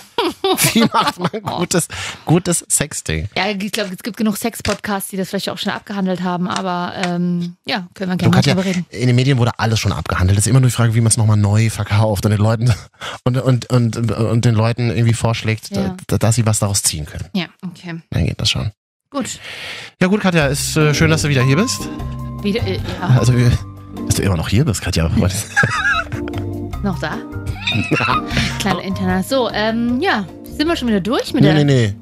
Speaker 1: Wie macht man gutes, gutes Sexting?
Speaker 2: ja, ich glaube, es gibt genug Sex-Podcasts, die das vielleicht auch schon abgehandelt haben, aber ähm, ja, können
Speaker 1: Du
Speaker 2: wir gerne mal
Speaker 1: kannst ja,
Speaker 2: drüber reden.
Speaker 1: in den Medien wurde alles schon abgehandelt. Es ist immer nur die Frage, wie man es nochmal neu verkauft und den Leuten und, und, und, und den Leuten irgendwie vorschlägt,
Speaker 2: Ja.
Speaker 1: da- dass sie was daraus ziehen können.
Speaker 2: Ja, okay.
Speaker 1: Dann geht das schon.
Speaker 2: Gut.
Speaker 1: Ja gut, Katja, ist äh, schön, dass du wieder hier bist.
Speaker 2: Wieder, äh, ja,
Speaker 1: Also, wir- dass du immer noch hier bist, Katja.
Speaker 2: noch da. Kleiner Internet. So, ähm, ja, sind wir schon wieder durch mit
Speaker 1: Oh. Nee,
Speaker 2: der.
Speaker 1: nee, nee.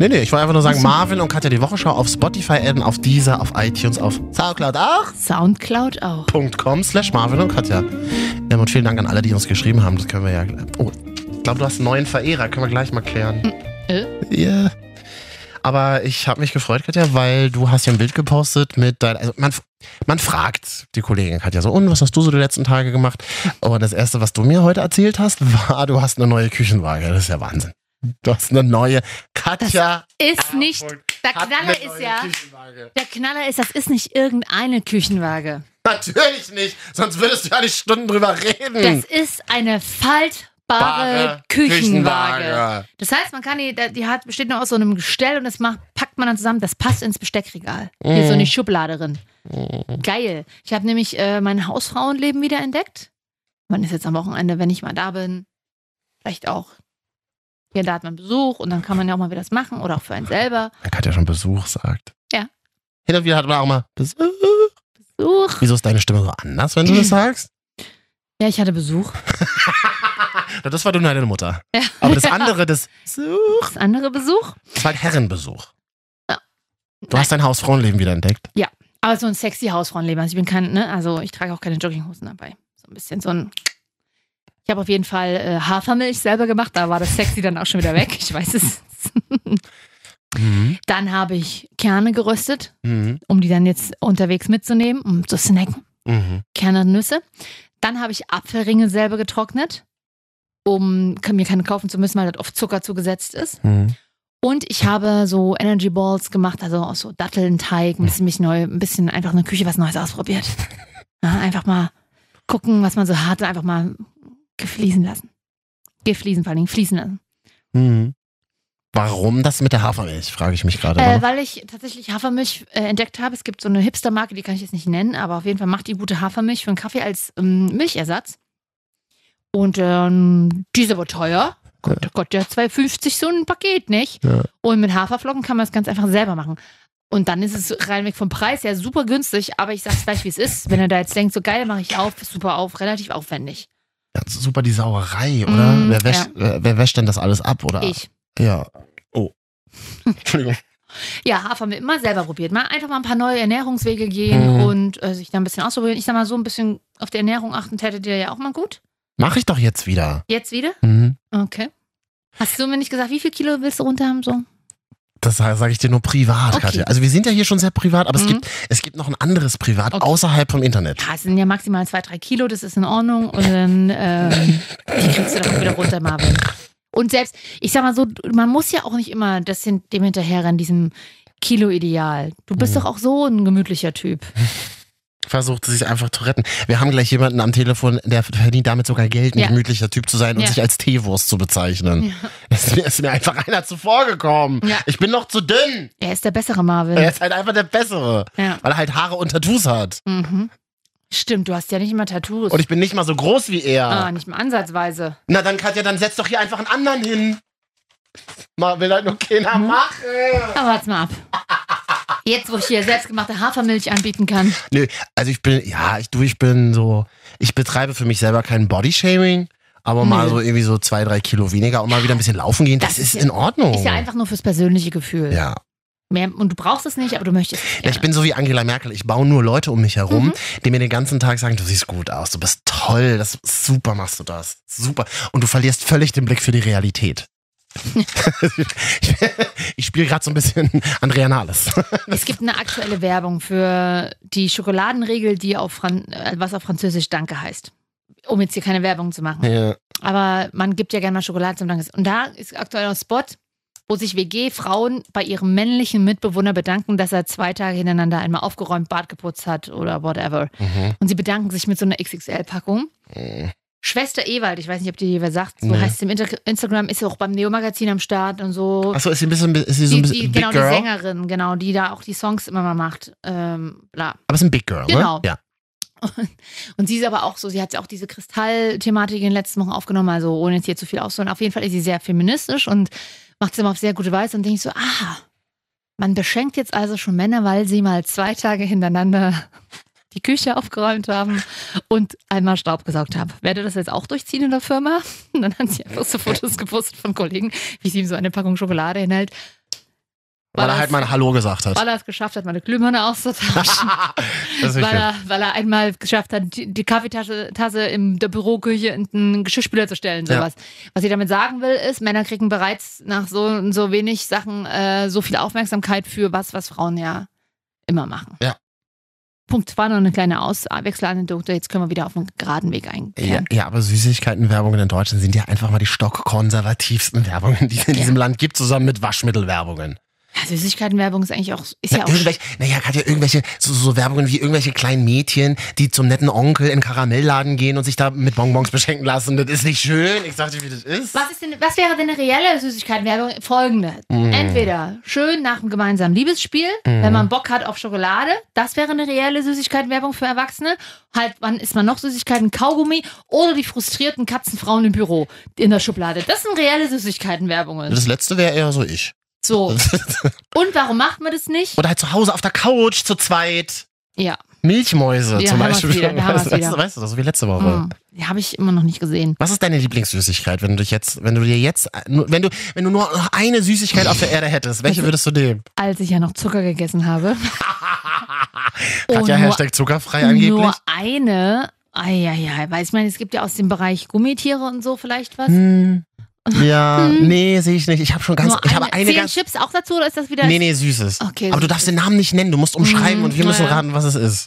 Speaker 1: Nee, nee, ich wollte einfach nur sagen, Marvin und Katja die Wochenschau auf Spotify adden, auf Deezer, auf iTunes, auf Soundcloud
Speaker 2: Soundcloud auch.
Speaker 1: 8.com slash Marvin und Katja. Ähm, und vielen Dank an alle, die uns geschrieben haben. Das können wir ja... Oh, ich glaube, du hast einen neuen Verehrer. Können wir gleich mal klären.
Speaker 2: Äh?
Speaker 1: Ja. Aber ich habe mich gefreut, Katja, weil du hast ja ein Bild gepostet mit deinem... Also man, man fragt die Kollegin Katja so, und was hast du so die letzten Tage gemacht? Und das Erste, was du mir heute erzählt hast, war, du hast eine neue Küchenwaage. Das ist ja Wahnsinn. Du hast eine neue Katja
Speaker 2: Ist nicht. Der
Speaker 1: hat eine
Speaker 2: Knaller ist
Speaker 1: neue
Speaker 2: ja.
Speaker 1: Küchenwaage.
Speaker 2: Der Knaller ist, das ist nicht irgendeine Küchenwaage.
Speaker 1: Natürlich nicht, sonst würdest du ja nicht Stunden drüber reden.
Speaker 2: Das ist eine faltbare
Speaker 1: Mm. Bare
Speaker 2: Küchenwaage.
Speaker 1: Küchenwaage.
Speaker 2: Das heißt, man kann die, die hat, besteht nur aus so einem Gestell und das macht, packt man dann zusammen. Das passt ins Besteckregal. Hier ist
Speaker 1: Mm.
Speaker 2: so eine Schublade drin. Geil. Ich habe nämlich äh, mein Hausfrauenleben wieder entdeckt. Man ist jetzt am Wochenende, wenn ich mal da bin, vielleicht auch. Hier, da hat man Besuch und dann kann man ja auch mal wieder das machen oder auch für einen selber.
Speaker 1: Man hat ja schon Besuch sagt.
Speaker 2: Ja.
Speaker 1: Hin und wieder hat man auch mal Besuch.
Speaker 2: Besuch.
Speaker 1: Wieso ist deine Stimme so anders, wenn du das sagst?
Speaker 2: Ja, ich hatte Besuch.
Speaker 1: Na, Das war nur deine Mutter. Aber das andere, das,
Speaker 2: Das andere Besuch.
Speaker 1: das war ein Herrenbesuch.
Speaker 2: Ja.
Speaker 1: Du hast dein Hausfrauenleben wieder entdeckt.
Speaker 2: Aber so ein sexy Hausfrauenleben. Also ich bin kein, ne, also ich trage auch keine Jogginghosen dabei. So ein bisschen so ein. Ich habe auf jeden Fall äh, Hafermilch selber gemacht, da war das sexy dann auch schon wieder weg. Ich weiß es.
Speaker 1: Mhm.
Speaker 2: Dann habe ich Kerne geröstet,
Speaker 1: Mhm.
Speaker 2: um die dann jetzt unterwegs mitzunehmen, um zu snacken.
Speaker 1: Mhm.
Speaker 2: Kerne und Nüsse. Dann habe ich Apfelringe selber getrocknet, um mir keine kaufen zu müssen, weil das oft Zucker zugesetzt ist.
Speaker 1: Mhm.
Speaker 2: Und ich habe so Energy Balls gemacht, also aus so Dattelnteig, ein bisschen mich neu, ein bisschen einfach in der Küche was Neues ausprobiert. Ja, einfach mal gucken, was man so hatte, einfach mal gefließen lassen. Gefließen vor allen Dingen, fließen lassen.
Speaker 1: Mhm. Warum das mit der Hafermilch, frage ich mich gerade.
Speaker 2: Äh,
Speaker 1: immer noch.
Speaker 2: weil ich tatsächlich Hafermilch äh, entdeckt habe. Es gibt so eine Hipster-Marke, die kann ich jetzt nicht nennen, aber auf jeden Fall macht die gute Hafermilch für einen Kaffee als ähm, Milchersatz. Und ähm, die ist aber teuer. Gott, oh Gott, der hat 2,50 so ein Paket, nicht?
Speaker 1: Ja.
Speaker 2: Und mit Haferflocken kann man das ganz einfach selber machen. Und dann ist es reinweg vom Preis her super günstig, aber ich sag's gleich, wie es ist. Wenn er da jetzt denkt, so geil, mache ich auf, super auf, relativ aufwendig.
Speaker 1: Ja, super die Sauerei, oder?
Speaker 2: Mhm,
Speaker 1: wer, wäscht, äh, wer wäscht denn das alles ab, oder?
Speaker 2: Ich.
Speaker 1: Ja. Oh. Entschuldigung.
Speaker 2: Ja, Hafermilch mal selber probiert. Mal einfach mal ein paar neue Ernährungswege gehen
Speaker 1: Mhm.
Speaker 2: und äh, sich da ein bisschen ausprobieren. Ich sag mal, so ein bisschen auf die Ernährung achten, tätet ihr ja auch mal gut.
Speaker 1: Mach ich doch jetzt wieder.
Speaker 2: Jetzt wieder?
Speaker 1: Mhm.
Speaker 2: Okay. Hast du mir nicht gesagt, wie viel Kilo willst du runter haben? So?
Speaker 1: Das sage ich dir nur privat,
Speaker 2: Okay.
Speaker 1: Katja. Also wir sind ja hier schon sehr privat, aber es,
Speaker 2: Mhm.
Speaker 1: gibt, es gibt noch ein anderes Privat
Speaker 2: Okay.
Speaker 1: außerhalb vom Internet.
Speaker 2: Ja, es sind ja maximal zwei, drei Kilo, das ist in Ordnung. Und dann, ähm, die kriegst du dann auch wieder runter, Marvin. Und selbst, ich sag mal so, man muss ja auch nicht immer das hin, dem hinterherrennen, diesem Kilo-Ideal. Du bist
Speaker 1: Mhm.
Speaker 2: doch auch so ein gemütlicher Typ.
Speaker 1: versucht sich einfach zu retten. Wir haben gleich jemanden am Telefon, der verdient damit sogar Geld, ein
Speaker 2: Ja.
Speaker 1: gemütlicher Typ zu sein und
Speaker 2: Ja.
Speaker 1: sich als Teewurst zu bezeichnen.
Speaker 2: Ja.
Speaker 1: Das ist mir, ist mir einfach einer zuvorgekommen.
Speaker 2: Ja.
Speaker 1: Ich bin noch zu dünn.
Speaker 2: Er ist der bessere Marvin.
Speaker 1: Er ist halt einfach der Bessere,
Speaker 2: Ja.
Speaker 1: weil er halt Haare und Tattoos hat.
Speaker 2: Mhm. Stimmt, du hast ja nicht mal Tattoos.
Speaker 1: Und ich bin nicht mal so groß wie er.
Speaker 2: ah, nicht mal ansatzweise.
Speaker 1: Na dann, Katja, dann setz doch hier einfach einen anderen hin. Mal will halt nur keiner
Speaker 2: Mhm.
Speaker 1: machen.
Speaker 2: Aber wart's mal ab. Jetzt, wo ich hier selbstgemachte Hafermilch anbieten kann.
Speaker 1: Nö, also ich bin, ja, ich, du, ich bin so, ich betreibe für mich selber kein Bodyshaming, aber mal
Speaker 2: Nö.
Speaker 1: so irgendwie so zwei, drei Kilo weniger und mal wieder ein bisschen laufen gehen, das,
Speaker 2: Das
Speaker 1: ist
Speaker 2: ist ja-
Speaker 1: in Ordnung.
Speaker 2: Ist ja einfach nur fürs persönliche Gefühl.
Speaker 1: Oh. Ja.
Speaker 2: Mehr, und du brauchst es nicht, aber du möchtest es.
Speaker 1: Ja, ich bin so wie Angela Merkel. Ich baue nur Leute um mich herum,
Speaker 2: Mhm.
Speaker 1: die mir den ganzen Tag sagen, du siehst gut aus, du bist toll, das super machst du das. Super. Und du verlierst völlig den Blick für die Realität. ich ich spiele gerade so ein bisschen Andrea Nahles.
Speaker 2: Es gibt eine aktuelle Werbung für die Schokoladenregel, die auf Fran äh, was auf Französisch Danke heißt. Um jetzt hier keine Werbung zu machen.
Speaker 1: Ja.
Speaker 2: Aber man gibt ja gerne mal Schokolade zum Dank. Und da ist aktuell ein Spot, wo sich WG-Frauen bei ihrem männlichen Mitbewohner bedanken, dass er zwei Tage hintereinander einmal aufgeräumt, Bad geputzt hat oder whatever.
Speaker 1: Mhm.
Speaker 2: Und sie bedanken sich mit so einer XXL-Packung.
Speaker 1: Mhm.
Speaker 2: Schwester Ewald, ich weiß nicht, ob die dir was sagt, so
Speaker 1: Nee.
Speaker 2: heißt es im Inter Instagram, ist ja auch beim Neo-Magazin am Start und so.
Speaker 1: Achso, ist sie ein bisschen, ist sie so ein
Speaker 2: Die,
Speaker 1: bisschen
Speaker 2: die,
Speaker 1: Big
Speaker 2: genau, die
Speaker 1: Girl?
Speaker 2: Sängerin, genau, die da auch die Songs immer mal macht. Ähm, bla.
Speaker 1: Aber es ist ein Big Girl,
Speaker 2: Genau.
Speaker 1: ne? Ja.
Speaker 2: Und sie ist aber auch so, sie hat ja auch diese Kristall-Thematik in den letzten Wochen aufgenommen, also ohne jetzt hier zu viel auszuholen. Auf jeden Fall ist sie sehr feministisch und macht es immer auf sehr gute Weise und denke ich so, ah, man beschenkt jetzt also schon Männer, weil sie mal zwei Tage hintereinander die Küche aufgeräumt haben und einmal Staub gesaugt haben. Werde das jetzt auch durchziehen in der Firma? Und dann hat sie einfach so Fotos gepostet von Kollegen, wie sie ihm so eine Packung Schokolade hinhält,
Speaker 1: Weil
Speaker 2: Weil
Speaker 1: er halt
Speaker 2: das-
Speaker 1: mal ein Hallo gesagt hat.
Speaker 2: weil er es geschafft hat, meine Glühbirne auszutauschen.
Speaker 1: Das ist
Speaker 2: weil
Speaker 1: wirklich-
Speaker 2: er, weil er einmal geschafft hat, die, die Kaffeetasse Tasse in der Büroküche in den Geschirrspüler zu stellen,
Speaker 1: Ja.
Speaker 2: sowas. Was ich damit sagen will, ist, Männer kriegen bereits nach so und so wenig Sachen äh, so viel Aufmerksamkeit für was, was Frauen ja immer machen.
Speaker 1: Ja.
Speaker 2: Punkt war noch eine kleine Auswechselanekdote, jetzt können wir wieder auf den geraden Weg
Speaker 1: Ja,
Speaker 2: einkehren.
Speaker 1: ja, aber Süßigkeitenwerbungen in Deutschland sind ja einfach mal die stockkonservativsten Werbungen, die es in
Speaker 2: Ja.
Speaker 1: diesem Land gibt, zusammen mit Waschmittelwerbungen.
Speaker 2: Ja, Süßigkeitenwerbung ist eigentlich auch, ist ja
Speaker 1: Na,
Speaker 2: auch
Speaker 1: irgendwelche, naja, Katja, irgendwelche so, so Werbungen wie irgendwelche kleinen Mädchen, die zum netten Onkel in Karamellladen gehen und sich da mit Bonbons beschenken lassen. Das ist nicht schön. Ich sag dir, wie das ist.
Speaker 2: Was, ist denn, was wäre denn eine reelle Süßigkeitenwerbung? Folgende.
Speaker 1: Mhm.
Speaker 2: Entweder schön nach einem gemeinsamen Liebesspiel, wenn man Bock hat auf Schokolade. Das wäre eine reelle Süßigkeitenwerbung für Erwachsene. Halt, wann isst man noch Süßigkeiten? Kaugummi oder die frustrierten Katzenfrauen im Büro in der Schublade. Das sind reelle Süßigkeitenwerbungen.
Speaker 1: Das letzte wäre eher so ich.
Speaker 2: So. Und warum macht man das nicht?
Speaker 1: Oder halt zu Hause auf der Couch zu zweit.
Speaker 2: Ja.
Speaker 1: Milchmäuse
Speaker 2: Ja,
Speaker 1: zum
Speaker 2: haben wir's
Speaker 1: Beispiel.
Speaker 2: wieder, da haben
Speaker 1: weißt, du,
Speaker 2: wir's
Speaker 1: weißt,
Speaker 2: wieder.
Speaker 1: du, weißt du, das so wie letzte Woche.
Speaker 2: Hm. Ja, habe ich immer noch nicht gesehen.
Speaker 1: Was ist deine Lieblingssüßigkeit, wenn du dich jetzt, wenn du dir jetzt, wenn du, wenn du nur noch eine Süßigkeit auf der Erde hättest, welche würdest du nehmen?
Speaker 2: Als ich ja noch Zucker gegessen habe. Oh,
Speaker 1: Katja,
Speaker 2: nur-
Speaker 1: Hashtag zuckerfrei Ah, angeblich.
Speaker 2: Nur eine. Eieiei, weil ich meine, es gibt ja aus dem Bereich Gummitiere und so vielleicht was.
Speaker 1: Hm. Ja, nee, sehe ich nicht. Ich habe schon ganz,
Speaker 2: Hm. Nur
Speaker 1: ich habe eine
Speaker 2: Zählen
Speaker 1: ganz
Speaker 2: Chips auch dazu oder ist das wieder.
Speaker 1: Nee, nee, Süßes.
Speaker 2: Okay,
Speaker 1: Aber du darfst den Namen nicht nennen, du musst umschreiben
Speaker 2: Mhm,
Speaker 1: und wir müssen
Speaker 2: naja.
Speaker 1: raten, was es ist.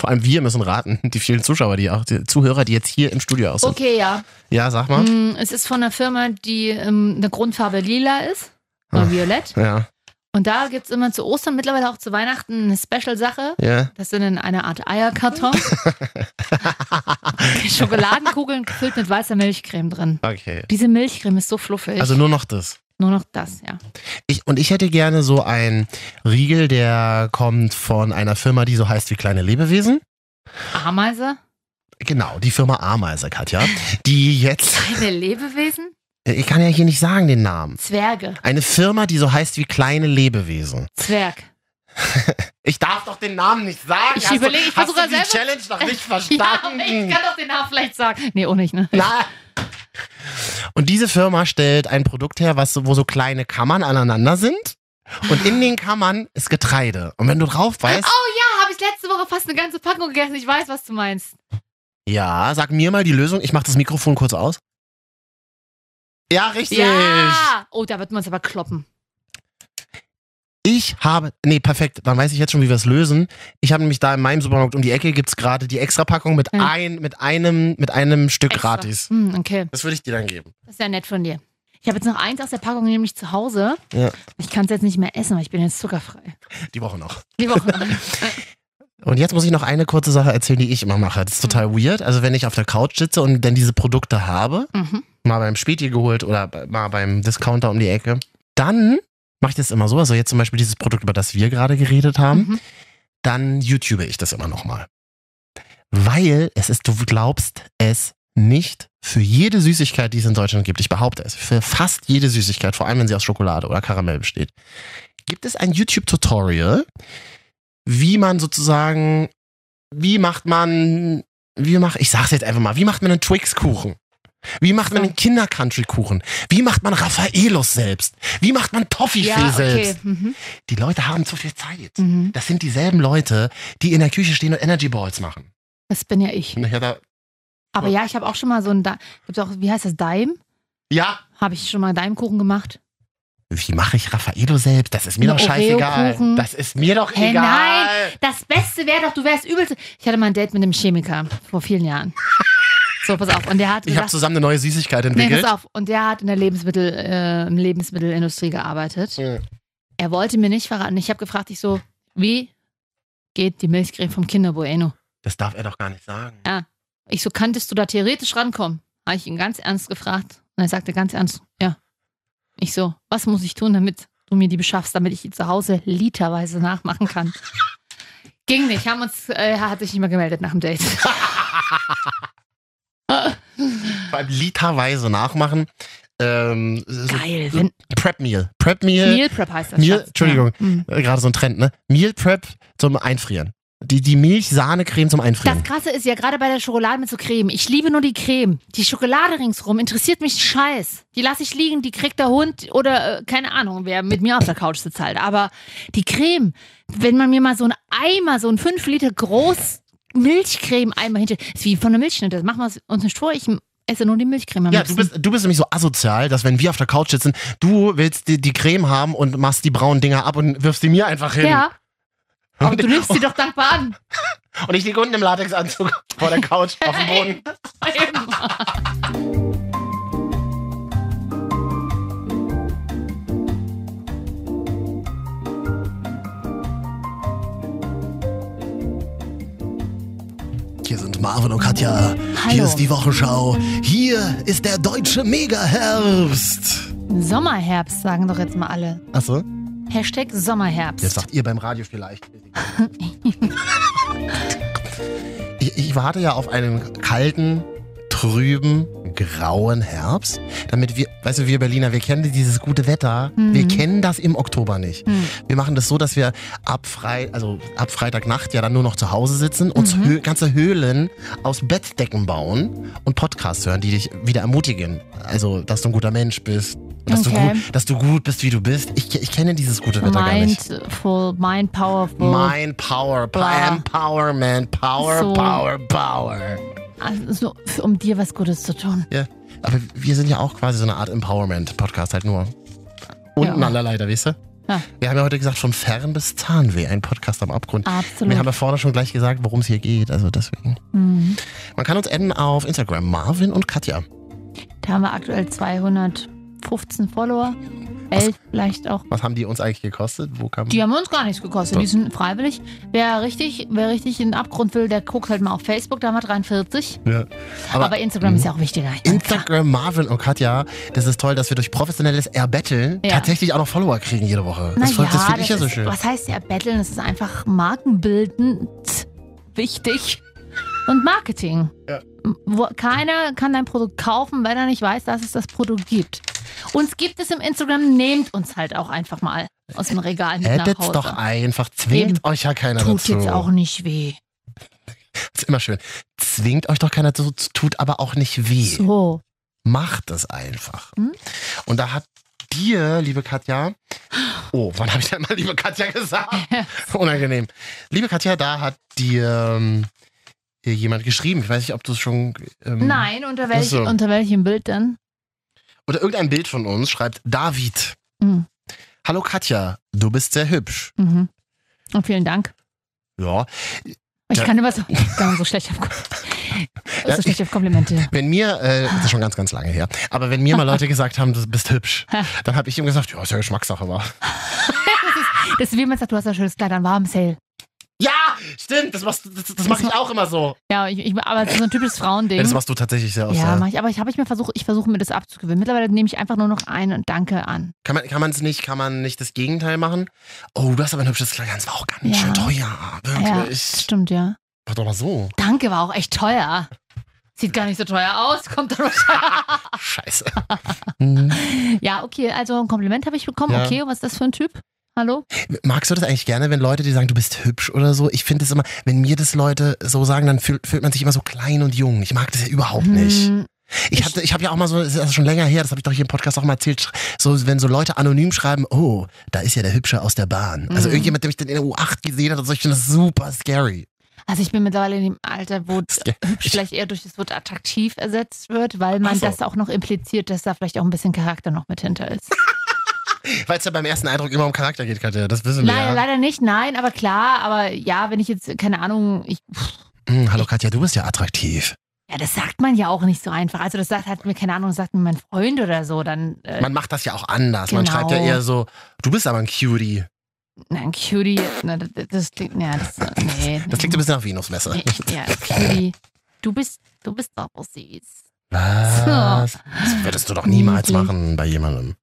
Speaker 1: Vor allem wir müssen raten, die vielen Zuschauer, die auch, die Zuhörer, die jetzt hier im Studio aus sind.
Speaker 2: Okay, ja.
Speaker 1: Ja, sag mal.
Speaker 2: Mm, Es ist von einer Firma, die ähm, eine Grundfarbe lila ist. Oder
Speaker 1: Ah.
Speaker 2: violett.
Speaker 1: Ja,
Speaker 2: Und da gibt es immer zu Ostern, mittlerweile auch zu Weihnachten, eine Special-Sache.
Speaker 1: ja.
Speaker 2: Das sind dann eine Art Eierkarton. Schokoladenkugeln gefüllt mit weißer Milchcreme drin.
Speaker 1: Okay.
Speaker 2: Diese Milchcreme ist so fluffig.
Speaker 1: Also nur noch das.
Speaker 2: Nur noch das, ja.
Speaker 1: Ich, und ich hätte gerne so einen Riegel, der kommt von einer Firma, die so heißt wie kleine Lebewesen.
Speaker 2: Ameise,
Speaker 1: Genau, die Firma Ameise, Katja. Die jetzt,
Speaker 2: kleine Lebewesen,
Speaker 1: ich kann ja hier nicht sagen den Namen.
Speaker 2: Zwerge,
Speaker 1: Eine Firma, die so heißt wie kleine Lebewesen.
Speaker 2: Zwerg.
Speaker 1: Ich darf doch den Namen nicht sagen.
Speaker 2: Ich
Speaker 1: Hast du-
Speaker 2: überlege, ich
Speaker 1: hast du
Speaker 2: versuche
Speaker 1: die
Speaker 2: selber-
Speaker 1: Challenge noch nicht
Speaker 2: Ja, aber
Speaker 1: verstanden.
Speaker 2: ich kann doch den Namen vielleicht sagen. Nee, ohne ich, ne?
Speaker 1: Na. Und diese Firma stellt ein Produkt her, was, so- wo so kleine Kammern aneinander sind. Und in den Kammern ist Getreide. Und wenn du drauf weißt,
Speaker 2: Da habe Oh ich letzte Woche fast eine ganze Packung gegessen. Ich weiß, was du meinst.
Speaker 1: ja, sag mir mal die Lösung. Ich mach das Mikrofon kurz aus. Ja, richtig.
Speaker 2: Ja! Oh, da wird man es aber kloppen.
Speaker 1: Ich habe, nee, perfekt, dann weiß ich jetzt schon, wie wir es lösen. Ich habe nämlich da in meinem Supermarkt um die Ecke gibt's gerade die Extrapackung mit,
Speaker 2: Ja.
Speaker 1: ein, mit, einem, mit einem Stück
Speaker 2: Hm. Extra.
Speaker 1: gratis.
Speaker 2: Hm, okay.
Speaker 1: Das würde ich dir dann geben.
Speaker 2: Das ist ja nett von dir. Ich habe jetzt noch eins aus der Packung, nämlich zu Hause.
Speaker 1: Ja.
Speaker 2: Ich kann es jetzt nicht mehr essen, weil ich bin jetzt zuckerfrei.
Speaker 1: Die Woche noch.
Speaker 2: Die Woche.
Speaker 1: Und jetzt muss ich noch eine kurze Sache erzählen, die ich immer mache. Das ist
Speaker 2: Hm.
Speaker 1: total weird. Also wenn ich auf der Couch sitze und dann diese Produkte habe,
Speaker 2: mhm.
Speaker 1: mal beim Späti geholt oder b- mal beim Discounter um die Ecke, dann mache ich das immer so. Also jetzt zum Beispiel dieses Produkt, über das wir gerade geredet haben,
Speaker 2: Mhm.
Speaker 1: dann YouTube ich das immer nochmal. Weil es ist, du glaubst es nicht, für jede Süßigkeit, die es in Deutschland gibt, ich behaupte es, für fast jede Süßigkeit, vor allem wenn sie aus Schokolade oder Karamell besteht, gibt es ein YouTube-Tutorial, wie man sozusagen, wie macht man, wie macht, ich sag's jetzt einfach mal, wie macht man einen Twix-Kuchen? Wie macht man einen Kinder-Country-Kuchen? Wie macht man Raffaelos selbst? Wie macht man Toffifee
Speaker 2: Ja, okay.
Speaker 1: selbst?
Speaker 2: Mhm.
Speaker 1: Die Leute haben zu viel Zeit.
Speaker 2: Mhm.
Speaker 1: Das sind dieselben Leute, die in der Küche stehen und Energy Balls machen.
Speaker 2: Das bin ja ich.
Speaker 1: Und ich hatte-
Speaker 2: Aber ja, ich habe auch schon mal so ein, Da- gibt's auch, wie heißt das, Daim?
Speaker 1: Ja,
Speaker 2: Habe ich schon mal Daimkuchen gemacht?
Speaker 1: wie mache ich Raffaello selbst? Das ist mir
Speaker 2: Ein
Speaker 1: doch scheißegal.
Speaker 2: Oreo-Kuchen.
Speaker 1: Das ist mir doch
Speaker 2: Hä,
Speaker 1: egal.
Speaker 2: nein. Das Beste wäre doch, du wärst übelst. Ich hatte mal ein Date mit einem Chemiker vor vielen Jahren. So, pass auf. Und der hat
Speaker 1: Ich habe
Speaker 2: gesagt,
Speaker 1: zusammen eine neue Süßigkeit
Speaker 2: nee,
Speaker 1: entwickelt.
Speaker 2: pass auf. Und der hat in der Lebensmittel, äh, in der Lebensmittelindustrie gearbeitet.
Speaker 1: Mhm.
Speaker 2: Er wollte mir nicht verraten. Ich habe gefragt, ich so, wie geht die Milchcreme vom Kinder Bueno?
Speaker 1: das darf er doch gar nicht sagen.
Speaker 2: Ich so, kanntest du da theoretisch rankommen? Habe ich ihn ganz ernst gefragt. Und er sagte ganz ernst, ja. Ich so, was muss ich tun, damit du mir die beschaffst, damit ich die zu Hause literweise nachmachen kann? Ging nicht, haben uns, äh, hat sich nicht mehr gemeldet nach dem Date.
Speaker 1: Also Vor allem literweise nachmachen. Ähm, so
Speaker 2: Geil, wenn
Speaker 1: Prep Meal. Prep Meal.
Speaker 2: Meal Prep heißt das.
Speaker 1: Meal-
Speaker 2: Schatz.
Speaker 1: Entschuldigung.
Speaker 2: Ja. Mhm.
Speaker 1: Äh, Gerade so ein Trend, ne? Meal Prep zum Einfrieren. Die, die Milch-Sahne-Creme zum
Speaker 2: Das
Speaker 1: Einfrieren.
Speaker 2: Krasse ist ja gerade bei der Schokolade mit so Creme. Ich liebe nur die Creme. Die Schokolade ringsrum interessiert mich scheiß. Die lasse ich liegen, die kriegt der Hund oder äh, keine Ahnung, wer mit mir auf der Couch sitzt halt. Aber die Creme, wenn man mir mal so einen Eimer, so einen 5 Liter groß Milchcreme-Eimer hinter, ist wie von der Milchschnitte. Machen wir es uns nicht vor, ich esse nur die Milchcreme. am
Speaker 1: Ja, du
Speaker 2: liebsten.
Speaker 1: bist, du bist nämlich so asozial, dass wenn wir auf der Couch sitzen, du willst die, die Creme haben und machst die braunen Dinger ab und wirfst die mir einfach hin.
Speaker 2: Ja. Aber du nimmst sie doch dankbar an.
Speaker 1: Und ich liege unten im Latexanzug vor der Couch auf dem Boden. Hier sind Marvin und Katja. Hier
Speaker 2: Hallo.
Speaker 1: ist die Wochenschau. Hier ist der deutsche Megaherbst.
Speaker 2: Sommerherbst sagen doch jetzt mal alle.
Speaker 1: Achso,
Speaker 2: Hashtag Sommerherbst.
Speaker 1: jetzt sagt ihr beim Radio vielleicht. ich, ich warte ja auf einen kalten, trüben, grauen Herbst, damit wir, weißt du, wir Berliner, wir kennen dieses gute Wetter,
Speaker 2: Mhm.
Speaker 1: wir kennen das im Oktober nicht.
Speaker 2: Hm.
Speaker 1: Wir machen das so, dass wir ab, Frei, also ab Freitagnacht ja dann nur noch zu Hause sitzen, uns
Speaker 2: Mhm.
Speaker 1: Hö ganze Höhlen aus Bettdecken bauen und Podcasts hören, die dich wieder ermutigen. Also, dass du ein guter Mensch bist. und Dass,
Speaker 2: Okay.
Speaker 1: du gut, dass du gut bist, wie du bist. Ich, ich kenne dieses gute Wetter gar nicht.
Speaker 2: Mindful, mind powerful.
Speaker 1: Mein Power,
Speaker 2: Bla.
Speaker 1: Empowerment, Power,
Speaker 2: So.
Speaker 1: Power, Power.
Speaker 2: Also, so, um dir was Gutes zu tun.
Speaker 1: Ja, aber wir sind ja auch quasi so eine Art Empowerment-Podcast, halt nur. Unten
Speaker 2: Ja.
Speaker 1: aller Leiter, weißt du?
Speaker 2: Ja.
Speaker 1: Wir haben ja heute gesagt, von Fern bis Zahnweh, ein Podcast am Abgrund.
Speaker 2: Absolut.
Speaker 1: Wir haben ja vorne schon gleich gesagt, worum es hier geht, also deswegen.
Speaker 2: Mhm.
Speaker 1: Man kann uns enden auf Instagram, Marvin und Katja.
Speaker 2: Da haben wir aktuell 215 Follower. Elf vielleicht auch.
Speaker 1: Was haben die uns eigentlich gekostet? Wo kam
Speaker 2: Die haben uns gar nichts gekostet. Die sind freiwillig. Wer richtig, wer richtig in den Abgrund will, der guckt halt mal auf Facebook. Da haben wir 43.
Speaker 1: ja.
Speaker 2: Aber,
Speaker 1: Aber,
Speaker 2: Instagram ist ja auch wichtiger. Ich meine, klar.
Speaker 1: Instagram, Marvin und Katja, das ist toll, dass wir durch professionelles Erbetteln
Speaker 2: Ja.
Speaker 1: tatsächlich auch noch Follower kriegen jede Woche. Das, voll- das finde ich ja so
Speaker 2: ist,
Speaker 1: schön.
Speaker 2: Was heißt ja betteln? Das ist einfach markenbildend wichtig und Marketing.
Speaker 1: Ja.
Speaker 2: Wo, keiner kann dein Produkt kaufen, wenn er nicht weiß, dass es das Produkt gibt. Uns gibt es im Instagram, nehmt uns halt auch einfach mal aus dem Regal mit nach
Speaker 1: Edit's
Speaker 2: Hause.
Speaker 1: doch einfach, zwingt
Speaker 2: Eben.
Speaker 1: euch ja keiner
Speaker 2: Tut
Speaker 1: dazu.
Speaker 2: jetzt auch nicht weh.
Speaker 1: Ist immer schön. Zwingt euch doch keiner dazu, tut aber auch nicht weh.
Speaker 2: So.
Speaker 1: Macht es einfach.
Speaker 2: Hm?
Speaker 1: Und da hat dir, liebe Katja, oh, wann habe ich denn mal liebe Katja gesagt? Unangenehm. Liebe Katja, da hat dir ähm, hier jemand geschrieben. Ich weiß nicht, ob du es schon. Ähm,
Speaker 2: Nein, unter,
Speaker 1: Ach
Speaker 2: welch,
Speaker 1: so.
Speaker 2: unter welchem Bild denn?
Speaker 1: Oder irgendein Bild von uns schreibt David.
Speaker 2: Mhm.
Speaker 1: Hallo Katja, du bist sehr hübsch.
Speaker 2: Mhm. Und vielen Dank.
Speaker 1: Ja,
Speaker 2: Ich
Speaker 1: Ja.
Speaker 2: kann immer so, ich kann so schlecht abgucken. Das ist schlechte Komplimente.
Speaker 1: Wenn mir, äh, das ist schon ganz, ganz lange her, aber wenn mir mal Leute gesagt haben, du bist hübsch, dann habe ich ihm gesagt, ja, ist ja Geschmackssache, war.
Speaker 2: Das ist wie man sagt, du hast ein schönes Kleid an, war im Sale.
Speaker 1: Ja, stimmt, das, machst- das, das mache ich auch immer so.
Speaker 2: Ja, ich, ich, aber das ist so ein typisches Frauending.
Speaker 1: Ja, das machst du tatsächlich sehr oft.
Speaker 2: Ja,
Speaker 1: Ja,
Speaker 2: mach ich, aber ich habe ich mir versucht, ich versuche mir das abzugewöhnen. Mittlerweile nehme ich einfach nur noch ein und Danke an.
Speaker 1: kann man es nicht, kann man nicht das Gegenteil machen? Oh, du hast aber ein hübsches Kleid, an, das war auch ganz
Speaker 2: Ja.
Speaker 1: schön teuer.
Speaker 2: Ja,
Speaker 1: Wirklich.
Speaker 2: stimmt, ja.
Speaker 1: Mach doch mal so.
Speaker 2: Danke war auch echt teuer. Sieht gar nicht so teuer aus, kommt dann wahrscheinlich.
Speaker 1: Scheiße. Hm.
Speaker 2: Ja, okay, also ein Kompliment habe ich bekommen.
Speaker 1: Ja.
Speaker 2: Okay, und was ist das für ein Typ? Hallo?
Speaker 1: Magst du das eigentlich gerne, wenn Leute dir sagen, du bist hübsch oder so? Ich finde es immer, wenn mir das Leute so sagen, dann fühlt, fühlt man sich immer so klein und jung. Ich mag das ja überhaupt nicht.
Speaker 2: Hm,
Speaker 1: Ich habe ich hab ja auch mal so, das ist also schon länger her, das habe ich doch hier im Podcast auch mal erzählt, so wenn so Leute anonym schreiben, oh, da ist ja der Hübsche aus der Bahn. Also
Speaker 2: Mhm.
Speaker 1: irgendjemand, der mich dann in der U8 gesehen hat und so, ich finde das super scary.
Speaker 2: Also ich bin mittlerweile in dem Alter, wo
Speaker 1: Sca-
Speaker 2: hübsch
Speaker 1: Ich-
Speaker 2: vielleicht eher durch das Wort attraktiv ersetzt wird, weil man
Speaker 1: Ach so.
Speaker 2: das auch noch impliziert, dass da vielleicht auch ein bisschen Charakter noch mit hinter ist.
Speaker 1: Weil es ja beim ersten Eindruck immer um Charakter geht, Katja, das wissen wir.
Speaker 2: Leider,
Speaker 1: ja.
Speaker 2: leider nicht, nein, aber klar, aber ja, wenn ich jetzt, keine Ahnung, ich,
Speaker 1: Hm, hallo Katja, du bist ja attraktiv.
Speaker 2: ja, das sagt man ja auch nicht so einfach. Also das sagt halt mir, keine Ahnung, sagt mir mein Freund oder so, dann, äh,
Speaker 1: Man macht das ja auch anders. Man
Speaker 2: Genau.
Speaker 1: schreibt ja eher so, du bist aber ein Cutie.
Speaker 2: nein, Cutie, na, das, das klingt, ja, das, nee.
Speaker 1: Das klingt ein bisschen nach Venusmesse.
Speaker 2: Nee, ich- Ja, Cutie, du bist, du bist doch so süß.
Speaker 1: Was? Das würdest du doch niemals
Speaker 2: Niedlich.
Speaker 1: machen bei jemandem.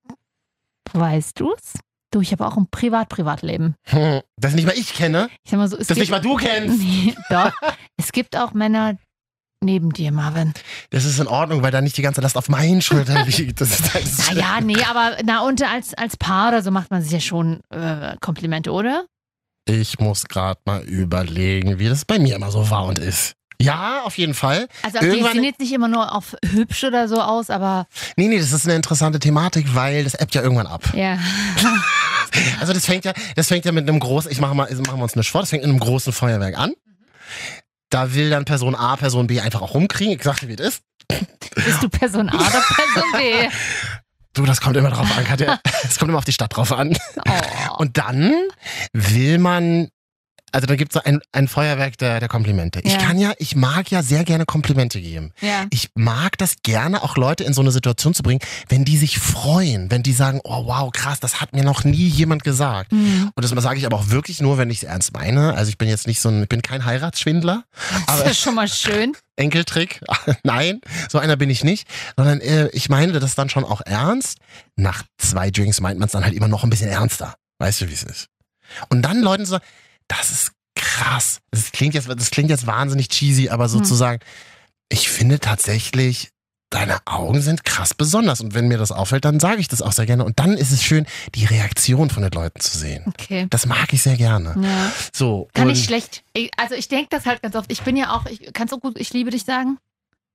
Speaker 2: Weißt du's? Du, ich habe auch ein Privat-Privatleben.
Speaker 1: Hm, Das nicht mal ich kenne,
Speaker 2: Ich sag mal so, es
Speaker 1: das
Speaker 2: gibt,
Speaker 1: nicht mal du kennst.
Speaker 2: nee, doch, es gibt auch Männer neben dir, Marvin.
Speaker 1: Das ist in Ordnung, weil da nicht die ganze Last auf meinen Schultern liegt. Das ist, halt das ist
Speaker 2: Naja, nee, aber na und als, als Paar oder so macht man sich ja schon äh, Komplimente, oder?
Speaker 1: Ich muss gerade mal überlegen, wie das bei mir immer so war und ist. Ja, auf jeden Fall.
Speaker 2: Also okay,
Speaker 1: Irgendwann-
Speaker 2: die sehen jetzt nicht immer nur auf hübsch oder so aus, aber
Speaker 1: Nee, nee, das ist eine interessante Thematik, weil das ebbt ja irgendwann ab.
Speaker 2: ja.
Speaker 1: Also das fängt ja, das fängt ja mit einem großen, ich mache mal, machen wir uns nicht vor, das fängt in einem großen Feuerwerk an. Da will dann Person A, Person B einfach auch rumkriegen. Ich sagte, wie es ist.
Speaker 2: Bist du Person A oder Person B?
Speaker 1: Du, das kommt immer drauf an, Katja. Es kommt immer auf die Stadt drauf an.
Speaker 2: Oh.
Speaker 1: Und dann will man, also da gibt es so ein, ein Feuerwerk der, der Komplimente. Ich
Speaker 2: Ja.
Speaker 1: kann ja, ich mag ja sehr gerne Komplimente geben.
Speaker 2: Ja.
Speaker 1: Ich mag das gerne, auch Leute in so eine Situation zu bringen, wenn die sich freuen, wenn die sagen, oh wow, krass, das hat mir noch nie jemand gesagt.
Speaker 2: Hm.
Speaker 1: Und das sage ich aber auch wirklich nur, wenn ich es ernst meine. Also ich bin jetzt nicht so ein, ich bin kein Heiratsschwindler,
Speaker 2: Das
Speaker 1: aber
Speaker 2: ist schon mal schön.
Speaker 1: Enkeltrick, nein, so einer bin ich nicht, sondern äh, ich meine das dann schon auch ernst. Nach zwei Drinks meint man es dann halt immer noch ein bisschen ernster. Weißt du, wie es ist? Und dann Leuten zu sagen, das ist krass. Das klingt jetzt, das klingt jetzt wahnsinnig cheesy,
Speaker 2: Hm.
Speaker 1: aber sozusagen, ich finde tatsächlich, deine Augen sind krass besonders. Und wenn mir das auffällt, dann sage ich das auch sehr gerne. Und dann ist es schön, die Reaktion von den Leuten zu sehen.
Speaker 2: Okay.
Speaker 1: Das mag ich sehr gerne.
Speaker 2: Ja.
Speaker 1: So.
Speaker 2: Mhm. Kann
Speaker 1: und
Speaker 2: ich schlecht. Ich- Also ich denke das halt ganz oft. Ich bin ja auch, ich kannst auch gut, ich liebe dich sagen.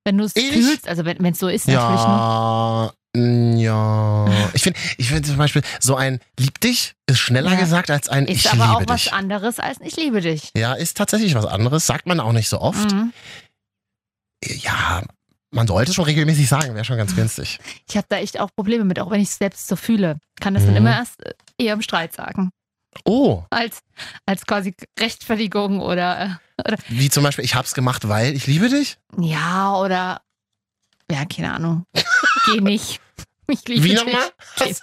Speaker 2: Wenn du es
Speaker 1: Ich?
Speaker 2: fühlst, also wenn es so ist natürlich. Ne?
Speaker 1: Ja, mm, ja. Ich finde ich find zum Beispiel, so ein Lieb dich ist schneller
Speaker 2: Ja.
Speaker 1: gesagt als ein
Speaker 2: Ist
Speaker 1: Ich
Speaker 2: aber auch
Speaker 1: liebe
Speaker 2: was
Speaker 1: dich.
Speaker 2: anderes als ich liebe dich.
Speaker 1: Ja, ist tatsächlich was anderes, sagt man auch nicht so oft.
Speaker 2: Mhm.
Speaker 1: Ja, man sollte es schon regelmäßig sagen, wäre schon ganz günstig.
Speaker 2: Ich habe da echt auch Probleme mit, auch wenn ich es selbst so fühle. Kann das dann
Speaker 1: Mhm.
Speaker 2: immer erst äh, eher im Streit sagen.
Speaker 1: Oh,
Speaker 2: Als, als quasi Rechtfertigung oder
Speaker 1: wie zum Beispiel, ich hab's gemacht, weil ich liebe dich?
Speaker 2: äh, ja oder ja, keine Ahnung. Geh nicht. Ich liebe
Speaker 1: Wie
Speaker 2: dich.
Speaker 1: nochmal?
Speaker 2: Geh.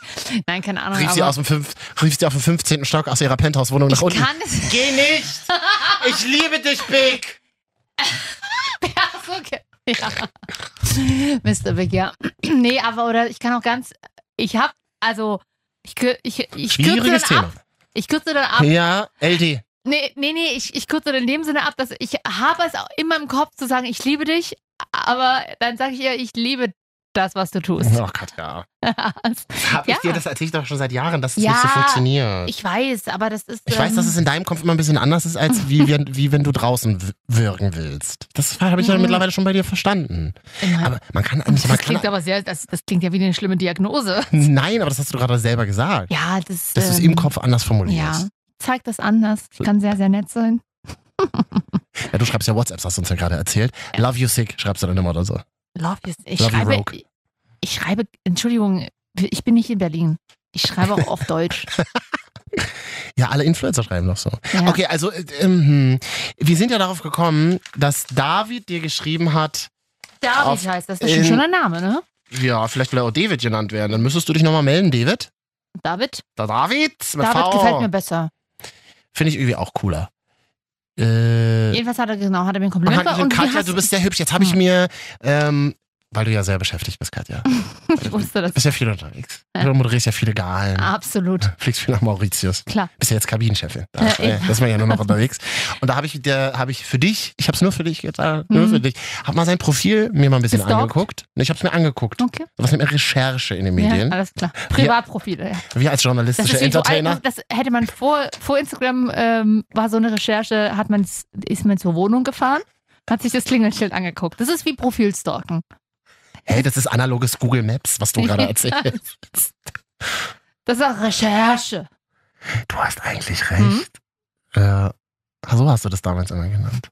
Speaker 2: Nein, keine Ahnung.
Speaker 1: Rief sie,
Speaker 2: aber
Speaker 1: aus dem fünf, rief sie auf dem 15. Stock aus ihrer Penthouse-Wohnung nach
Speaker 2: ich
Speaker 1: unten.
Speaker 2: kann es.
Speaker 1: Geh nicht! Ich liebe dich, Big!
Speaker 2: Okay. Ja. Mr. Big, ja. nee, aber oder ich kann auch ganz. Ich hab, also, ich, kür- ich, ich kürze
Speaker 1: Schwieriges
Speaker 2: dann
Speaker 1: Thema.
Speaker 2: ab. Ich kürze dann ab.
Speaker 1: Ja, LD.
Speaker 2: Nee, nee, nee, ich, ich kürze in dem Sinne ab, dass ich habe es auch in meinem Kopf zu sagen, ich liebe dich, aber dann sage ich ihr, ich liebe das, was du tust. Also,
Speaker 1: Oh Gott, ja. Hab
Speaker 2: Ja.
Speaker 1: ich dir das erzählt doch schon seit Jahren, dass es
Speaker 2: Ja,
Speaker 1: nicht so funktioniert.
Speaker 2: ich weiß, aber das ist.
Speaker 1: Ich weiß, dass es in deinem Kopf immer ein bisschen anders ist, als wie, wenn- wie wenn du draußen w- wirken willst. Das habe ich ja
Speaker 2: Mhm.
Speaker 1: mittlerweile schon bei dir verstanden.
Speaker 2: Ja,
Speaker 1: Aber man kann eigentlich,
Speaker 2: das
Speaker 1: man
Speaker 2: klingt
Speaker 1: kann,
Speaker 2: aber sehr, das, das klingt ja wie eine schlimme Diagnose.
Speaker 1: nein, aber das hast du gerade selber gesagt.
Speaker 2: Ja, das.
Speaker 1: Dass du es
Speaker 2: ähm,
Speaker 1: im Kopf anders formulierst.
Speaker 2: Ja, zeig das anders. Kann sehr, sehr nett sein.
Speaker 1: Ja. du schreibst ja WhatsApps, hast du uns ja gerade erzählt. Love you sick, schreibst du dann immer oder so.
Speaker 2: Love you. Ich
Speaker 1: Love you,
Speaker 2: schreibe.
Speaker 1: Rogue.
Speaker 2: ich schreibe, Entschuldigung, ich bin nicht in Berlin. Ich schreibe auch auf Deutsch.
Speaker 1: Ja, alle Influencer schreiben doch so.
Speaker 2: Ja.
Speaker 1: Okay, also äh, ähm, hm. wir sind ja darauf gekommen, dass David dir geschrieben hat,
Speaker 2: David
Speaker 1: Auf-
Speaker 2: heißt das. Das ist schon ein
Speaker 1: in-
Speaker 2: schöner Name, ne?
Speaker 1: ja, vielleicht will er auch David genannt werden. Dann müsstest du dich nochmal melden, David.
Speaker 2: David?
Speaker 1: Da David mit
Speaker 2: David
Speaker 1: V.
Speaker 2: gefällt mir besser.
Speaker 1: Finde ich irgendwie auch cooler. Äh,
Speaker 2: Jedenfalls hat er, genau, hat er mir ein
Speaker 1: Aha,
Speaker 2: Kompliment gemacht.
Speaker 1: und
Speaker 2: Und wie
Speaker 1: Katja,
Speaker 2: hast- Hm.
Speaker 1: du bist sehr hübsch. Jetzt habe ich mir, ähm, weil du ja sehr beschäftigt bist, Katja.
Speaker 2: Ich wusste das.
Speaker 1: Du bist ja viel unterwegs. Du moderierst ja viele Galen.
Speaker 2: Ah. Absolut.
Speaker 1: Fliegst viel nach Mauritius.
Speaker 2: Klar.
Speaker 1: Bist ja jetzt Kabinenchefin. Da
Speaker 2: Ja,
Speaker 1: ist, äh,
Speaker 2: eben.
Speaker 1: das war ja nur noch unterwegs. Und da habe ich, da habe ich für dich, ich habe es nur für dich jetzt, äh, nur
Speaker 2: Mhm.
Speaker 1: für dich, habe mal sein Profil mir mal ein bisschen
Speaker 2: Gestalkt?
Speaker 1: angeguckt. Nee, Ich habe es mir angeguckt.
Speaker 2: Okay.
Speaker 1: Was mit Recherche in den Medien.
Speaker 2: Ja, alles klar. Privatprofile, ja.
Speaker 1: Wir als
Speaker 2: Das,
Speaker 1: journalistische
Speaker 2: ist wie so ein,
Speaker 1: Entertainer.
Speaker 2: das hätte man vor, vor Instagram ähm, war so eine Recherche, hat man ist man zur Wohnung gefahren, hat sich das Klingelschild angeguckt. Das ist wie Profilstalken.
Speaker 1: Hey, das ist analoges Google Maps, was du gerade erzählst.
Speaker 2: Das ist auch Recherche.
Speaker 1: Du hast eigentlich
Speaker 2: Mhm.
Speaker 1: recht. Äh, ach, so hast du das damals immer genannt.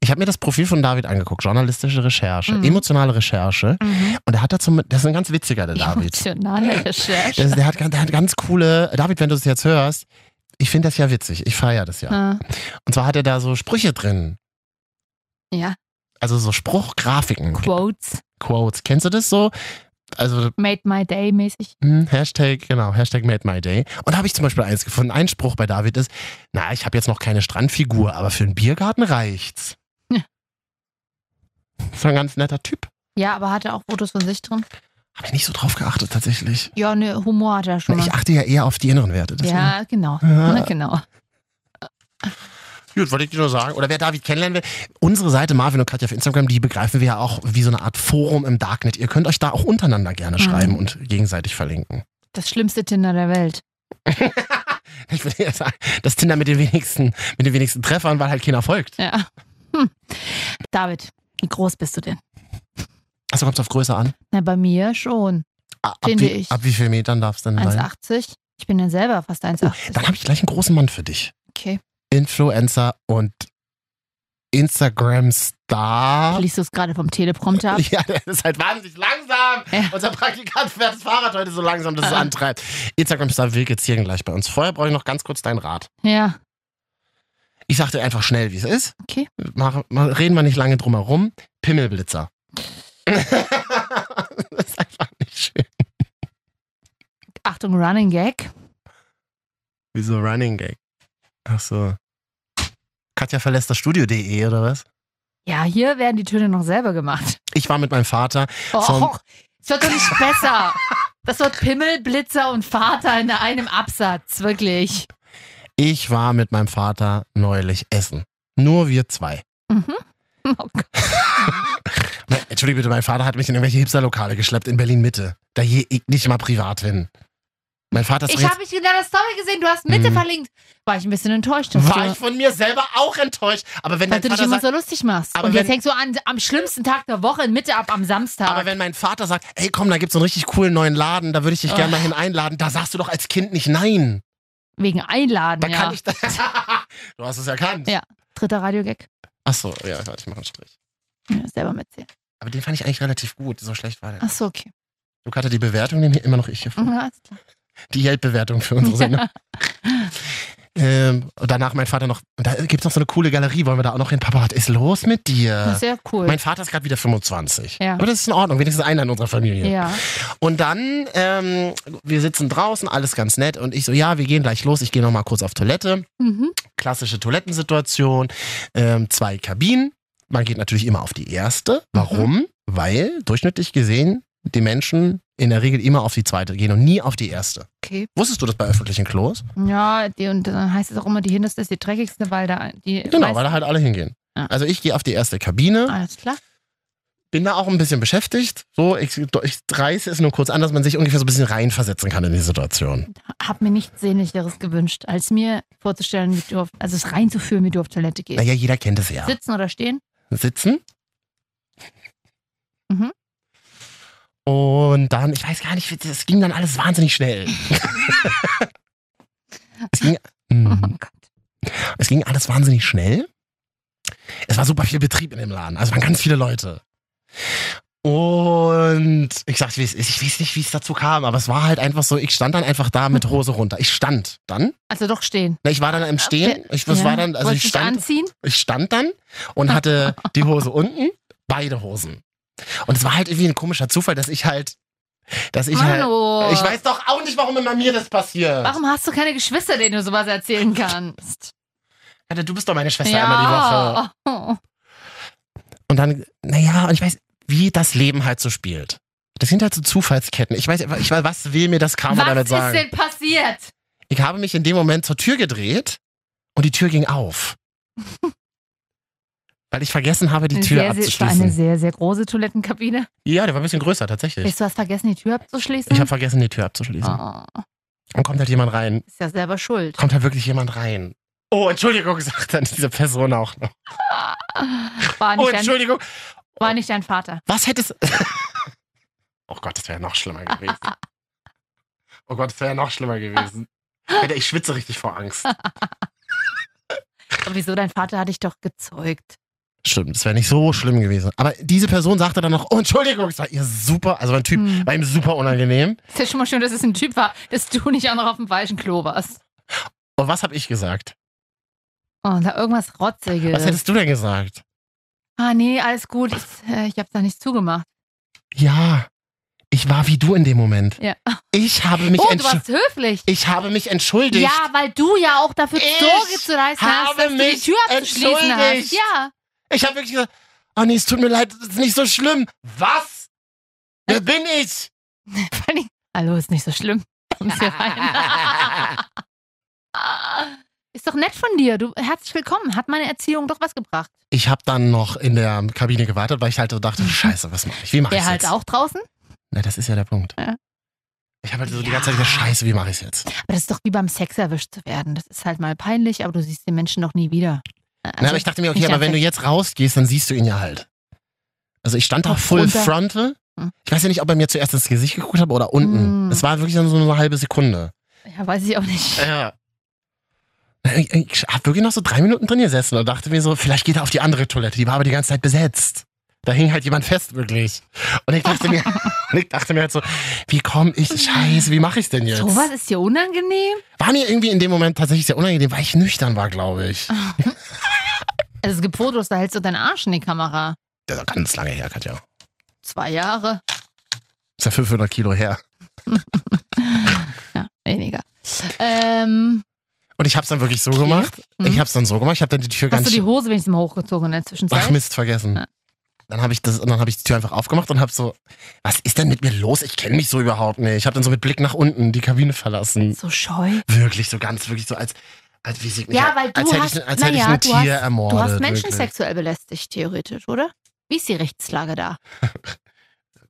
Speaker 1: ich habe mir das Profil von David angeguckt. Journalistische Recherche,
Speaker 2: Mhm.
Speaker 1: emotionale Recherche.
Speaker 2: Mhm.
Speaker 1: Und er hat dazu, mit- das ist ein ganz witziger, der David.
Speaker 2: Emotionale
Speaker 1: Der,
Speaker 2: Recherche.
Speaker 1: ist- der, hat, ganz- der hat ganz coole, David, wenn du es jetzt hörst, ich finde das ja witzig. Ich feiere das ja.
Speaker 2: Ah,
Speaker 1: Und zwar hat er da so Sprüche drin.
Speaker 2: Ja.
Speaker 1: Also so Spruchgrafiken,
Speaker 2: Quotes
Speaker 1: Quotes. Kennst du das so? Also
Speaker 2: made my day mäßig.
Speaker 1: Hm, Hashtag, genau, Hashtag made my day. Und da habe ich zum Beispiel eins gefunden. Ein Spruch bei David ist, na, ich habe jetzt noch keine Strandfigur, aber für einen Biergarten reicht's.
Speaker 2: Ja.
Speaker 1: So ein ganz netter Typ.
Speaker 2: Ja, aber hat er auch Fotos von sich drin?
Speaker 1: Habe ich nicht so drauf geachtet, tatsächlich.
Speaker 2: Ja, ne, Humor hat er schon.
Speaker 1: Ich
Speaker 2: Mal.
Speaker 1: achte ja eher auf die inneren Werte. deswegen.
Speaker 2: Ja, genau.
Speaker 1: Ja.
Speaker 2: Na, genau.
Speaker 1: Gut, wollte ich dir nur sagen. Oder wer David kennenlernen will, unsere Seite Marvin und Katja auf Instagram, die begreifen wir ja auch wie so eine Art Forum im Darknet. Ihr könnt euch da auch untereinander gerne
Speaker 2: Mhm.
Speaker 1: schreiben und gegenseitig verlinken.
Speaker 2: Das schlimmste Tinder der Welt.
Speaker 1: Ich würde ja sagen, das Tinder mit den wenigsten, mit den wenigsten Treffern, weil halt keiner folgt.
Speaker 2: Ja. Hm. David, wie groß bist du denn?
Speaker 1: Achso, kommt's auf Größe an?
Speaker 2: Na, bei mir schon.
Speaker 1: Ab,
Speaker 2: Finde
Speaker 1: wie,
Speaker 2: ich.
Speaker 1: ab wie viel Metern darfst du denn sein?
Speaker 2: 1,80. Ich bin ja selber fast 1,80.
Speaker 1: Oh, Dann habe ich gleich einen großen Mann für dich.
Speaker 2: Okay.
Speaker 1: Influencer und Instagram-Star.
Speaker 2: Liest du es gerade vom Teleprompter ab?
Speaker 1: Ja, der ist halt wahnsinnig langsam.
Speaker 2: Ja.
Speaker 1: Unser Praktikant fährt das Fahrrad heute so langsam, dass es
Speaker 2: Ah.
Speaker 1: antreibt. Instagram-Star Wilke Zieren gleich bei uns. Vorher brauche ich noch ganz kurz deinen Rat.
Speaker 2: Ja.
Speaker 1: Ich sag dir einfach schnell, wie es ist.
Speaker 2: Okay.
Speaker 1: Mach, mach, reden wir nicht lange drum herum. Pimmelblitzer. das ist einfach nicht schön.
Speaker 2: Achtung, Running Gag.
Speaker 1: Wieso Running Gag? Ach so. Katja verlässt das Studio.de oder was?
Speaker 2: Ja, hier werden die Töne noch selber gemacht.
Speaker 1: Ich war mit meinem Vater. Vom-
Speaker 2: Och, es wird doch nicht besser. Das wird Pimmel, Blitzer und Vater in einem Absatz, wirklich.
Speaker 1: Ich war mit meinem Vater neulich essen. Nur wir zwei.
Speaker 2: Mhm. Oh Gott.
Speaker 1: Me- Entschuldige bitte, mein Vater hat mich in irgendwelche Hipster-Lokale geschleppt in Berlin-Mitte. Da gehe ich nicht mal privat hin. Mein Vater ist doch
Speaker 2: Ich habe
Speaker 1: jetzt.
Speaker 2: mich in deiner Story gesehen, du hast Mitte
Speaker 1: Mhm.
Speaker 2: verlinkt. War ich ein bisschen enttäuscht. dass
Speaker 1: War
Speaker 2: du-
Speaker 1: ich von mir selber auch enttäuscht. Aber wenn,
Speaker 2: Weil
Speaker 1: mein
Speaker 2: du dich
Speaker 1: Vater
Speaker 2: immer
Speaker 1: sagt,
Speaker 2: so lustig machst.
Speaker 1: Aber
Speaker 2: Und jetzt
Speaker 1: wenn-
Speaker 2: hängst du an, am schlimmsten Tag der Woche in Mitte ab, am Samstag.
Speaker 1: aber wenn mein Vater sagt, ey komm, da gibt's so einen richtig coolen neuen Laden, da würde ich dich gerne mal
Speaker 2: Ah.
Speaker 1: hin einladen, da sagst du doch als Kind nicht nein.
Speaker 2: Wegen Einladen,
Speaker 1: Da
Speaker 2: ja.
Speaker 1: kann ich das. du hast es erkannt.
Speaker 2: Ja. Dritter Radiogag.
Speaker 1: Ach so, ja, warte, ich mache einen Strich.
Speaker 2: Ja, selber mitzählen.
Speaker 1: Aber den fand ich eigentlich relativ gut. So schlecht war der.
Speaker 2: Ach so, okay.
Speaker 1: Luke hatte die Bewertung, nehme immer noch ich hier vor.
Speaker 2: Ja, alles klar.
Speaker 1: die Geldbewertung für unsere Sendung. ähm, und danach mein Vater noch, und da gibt's noch so eine coole Galerie, wollen wir da auch noch hin? Papa, was ist los mit
Speaker 2: Das
Speaker 1: dir?
Speaker 2: ist sehr cool.
Speaker 1: Äh, Mein Vater ist gerade wieder 25.
Speaker 2: Ja.
Speaker 1: Aber das ist in Ordnung, wenigstens einer in unserer Familie.
Speaker 2: ja.
Speaker 1: Und dann, ähm, wir sitzen draußen, alles ganz nett. Und ich so, ja, wir gehen gleich los, ich gehe noch mal kurz auf Toilette.
Speaker 2: Mhm.
Speaker 1: Klassische Toilettensituation, ähm, zwei Kabinen. Man geht natürlich immer auf die erste. Warum? Weil durchschnittlich gesehen die Menschen in der Regel immer auf die zweite gehen und nie auf die erste.
Speaker 2: Okay.
Speaker 1: Wusstest du das bei öffentlichen Klos?
Speaker 2: Ja, die, und dann heißt es auch immer, die hinterste ist die dreckigste, weil da die.
Speaker 1: Genau, weil da halt alle hingehen.
Speaker 2: Ja. Ah.
Speaker 1: Also ich gehe auf die erste Kabine,
Speaker 2: Alles klar.
Speaker 1: bin da auch ein bisschen beschäftigt. So, ich, ich reiße es nur kurz an, dass man sich ungefähr so ein bisschen reinversetzen kann in die Situation.
Speaker 2: Hab mir nichts Sehnlicheres gewünscht, als mir vorzustellen, wie du auf, also es reinzufühlen, wie du auf Toilette gehst.
Speaker 1: Naja, jeder kennt es ja.
Speaker 2: Sitzen oder stehen?
Speaker 1: Sitzen.
Speaker 2: Mhm.
Speaker 1: Und dann, ich weiß gar nicht, wie- es ging dann alles wahnsinnig schnell. es, ging,
Speaker 2: Oh
Speaker 1: Mhm.
Speaker 2: Gott.
Speaker 1: es ging alles wahnsinnig schnell. Es war super viel Betrieb in dem Laden. Also waren ganz viele Leute. Und ich sag's, wie es ist. Ich weiß nicht, wie es dazu kam, aber es war halt einfach so, ich stand dann einfach da mit Hose runter. Ich stand dann.
Speaker 2: Also doch stehen.
Speaker 1: Na, ich war dann im Stehen. Ich das
Speaker 2: Ja.
Speaker 1: war dann, also
Speaker 2: Wolltest
Speaker 1: ich
Speaker 2: dich
Speaker 1: stand,
Speaker 2: anziehen?
Speaker 1: ich stand dann und hatte die Hose unten, beide Hosen. Und es war halt irgendwie ein komischer Zufall, dass ich halt, dass ich halt,
Speaker 2: Hallo.
Speaker 1: ich weiß doch auch nicht, warum immer mir das passiert.
Speaker 2: oh. Warum hast du keine Geschwister, denen du sowas erzählen kannst?
Speaker 1: Alter, du bist doch meine Schwester einmal die Woche. Und dann, naja, und ich weiß, wie das Leben halt so spielt. Das sind halt so Zufallsketten. Ich weiß, ich weiß, was will mir das Karma
Speaker 2: Was
Speaker 1: damit
Speaker 2: ist
Speaker 1: sagen?
Speaker 2: denn passiert?
Speaker 1: Ich habe mich in dem Moment zur Tür gedreht und die Tür ging auf. Weil ich vergessen habe, die
Speaker 2: Eine
Speaker 1: Tür
Speaker 2: sehr, sehr, es war eine
Speaker 1: abzuschließen.
Speaker 2: sehr, sehr große Toilettenkabine.
Speaker 1: Ja, der war ein bisschen größer tatsächlich.
Speaker 2: Bist du hast vergessen, die Tür abzuschließen?
Speaker 1: Ich habe vergessen, die Tür abzuschließen.
Speaker 2: oh,
Speaker 1: Und kommt halt jemand rein.
Speaker 2: ist ja selber schuld.
Speaker 1: Kommt halt wirklich jemand rein. Oh, Entschuldigung, sagt dann diese Person auch noch.
Speaker 2: War
Speaker 1: Oh,
Speaker 2: nicht, dein,
Speaker 1: Entschuldigung.
Speaker 2: war nicht dein Vater.
Speaker 1: Was hättest. oh Gott, das wäre noch schlimmer gewesen. Oh Gott, das wäre noch schlimmer gewesen. Alter, ich schwitze richtig vor Angst.
Speaker 2: Aber wieso, dein Vater hatte ich doch gezeugt.
Speaker 1: Stimmt, das wäre nicht so schlimm gewesen. Aber diese Person sagte dann noch, oh, Entschuldigung, es war ihr super, also ein Typ,
Speaker 2: Hm.
Speaker 1: war ihm super unangenehm.
Speaker 2: Ist ja schon mal schön, dass es ein Typ war, dass du nicht auch noch auf dem falschen Klo warst.
Speaker 1: Und was habe ich gesagt?
Speaker 2: Oh, da irgendwas Rotziges.
Speaker 1: Was hättest du denn gesagt?
Speaker 2: ah, nee, alles gut. Ich, äh, ich habe da nichts zugemacht.
Speaker 1: Ja, ich war wie du in dem Moment.
Speaker 2: Ja.
Speaker 1: Ich habe mich,
Speaker 2: oh, du
Speaker 1: entsch
Speaker 2: warst höflich.
Speaker 1: ich habe mich entschuldigt.
Speaker 2: Ja, weil du ja auch dafür
Speaker 1: Ich
Speaker 2: Sorge zu leisten hast,
Speaker 1: habe
Speaker 2: dass du die
Speaker 1: mich
Speaker 2: Tür abzuschließen hast.
Speaker 1: entschuldigt.
Speaker 2: Ja.
Speaker 1: Ich habe wirklich gesagt, oh nee, es tut mir leid, es ist nicht so schlimm. Was? Wer bin ich?
Speaker 2: Vor allen Dingen, Hallo, ist nicht so schlimm. Kommst hier rein. ist doch nett von dir. Du herzlich willkommen. Hat meine Erziehung doch was gebracht.
Speaker 1: Ich habe dann noch in der Kabine gewartet, weil ich halt so dachte, scheiße, was mache ich? Wie mache ich
Speaker 2: Mhm. Der halt
Speaker 1: jetzt?
Speaker 2: auch draußen.
Speaker 1: Na, das ist ja der Punkt.
Speaker 2: Ja.
Speaker 1: Ich habe halt so die
Speaker 2: Ja.
Speaker 1: ganze Zeit gedacht, scheiße, wie mache ich jetzt?
Speaker 2: Aber das ist doch wie beim Sex erwischt zu werden. Das ist halt mal peinlich, aber du siehst den Menschen doch nie wieder. Also,
Speaker 1: Na, aber ich dachte mir, okay,
Speaker 2: nicht
Speaker 1: aber wenn du jetzt rausgehst, dann siehst du ihn ja halt. Also ich stand da
Speaker 2: Kopf
Speaker 1: full
Speaker 2: runter.
Speaker 1: frontal.
Speaker 2: Hm.
Speaker 1: Ich weiß ja nicht, ob er mir zuerst ins Gesicht geguckt hat oder unten.
Speaker 2: Hm.
Speaker 1: Es war wirklich dann so eine halbe Sekunde.
Speaker 2: ja, weiß ich auch nicht.
Speaker 1: Ja. Ich, ich hab wirklich noch so drei Minuten drin gesessen und dachte mir so, vielleicht geht er auf die andere Toilette. Die war aber die ganze Zeit besetzt. Da hing halt jemand fest, wirklich. Und ich dachte mir, und ich dachte mir halt so, wie komm ich, scheiße, wie mache ich denn jetzt?
Speaker 2: Sowas ist dir unangenehm?
Speaker 1: War mir irgendwie in dem Moment tatsächlich sehr unangenehm, weil ich nüchtern war, glaube ich.
Speaker 2: Also es gibt Fotos, da hältst du deinen Arsch in die Kamera.
Speaker 1: Das ist Also ganz lange her, Katja.
Speaker 2: Zwei Jahre.
Speaker 1: Ist ja 500 Kilo her.
Speaker 2: Ja, weniger. Ähm,
Speaker 1: Und ich hab's dann wirklich so gemacht.
Speaker 2: Mhm.
Speaker 1: Ich hab's dann so gemacht. Ich hab dann die Tür
Speaker 2: hast
Speaker 1: ganz
Speaker 2: du die
Speaker 1: schön-
Speaker 2: Hose wenigstens mal hochgezogen in der
Speaker 1: Ach
Speaker 2: Zwischenzeit?
Speaker 1: Mist vergessen.
Speaker 2: Ja.
Speaker 1: Dann habe ich das, und dann habe ich die Tür einfach aufgemacht und habe so, was ist denn mit mir los? Ich kenne mich so überhaupt nicht. Ich habe dann so mit Blick nach unten die Kabine verlassen.
Speaker 2: so scheu.
Speaker 1: Wirklich so ganz, wirklich so als, als wie sie mich,
Speaker 2: Ja, weil du
Speaker 1: als hätte
Speaker 2: hast-
Speaker 1: ich, als
Speaker 2: na
Speaker 1: hätte
Speaker 2: ja,
Speaker 1: ich ein
Speaker 2: du
Speaker 1: Tier
Speaker 2: hast-
Speaker 1: ermordet.
Speaker 2: Du hast Menschen
Speaker 1: wirklich.
Speaker 2: sexuell belästigt, theoretisch, oder? Wie ist die Rechtslage da?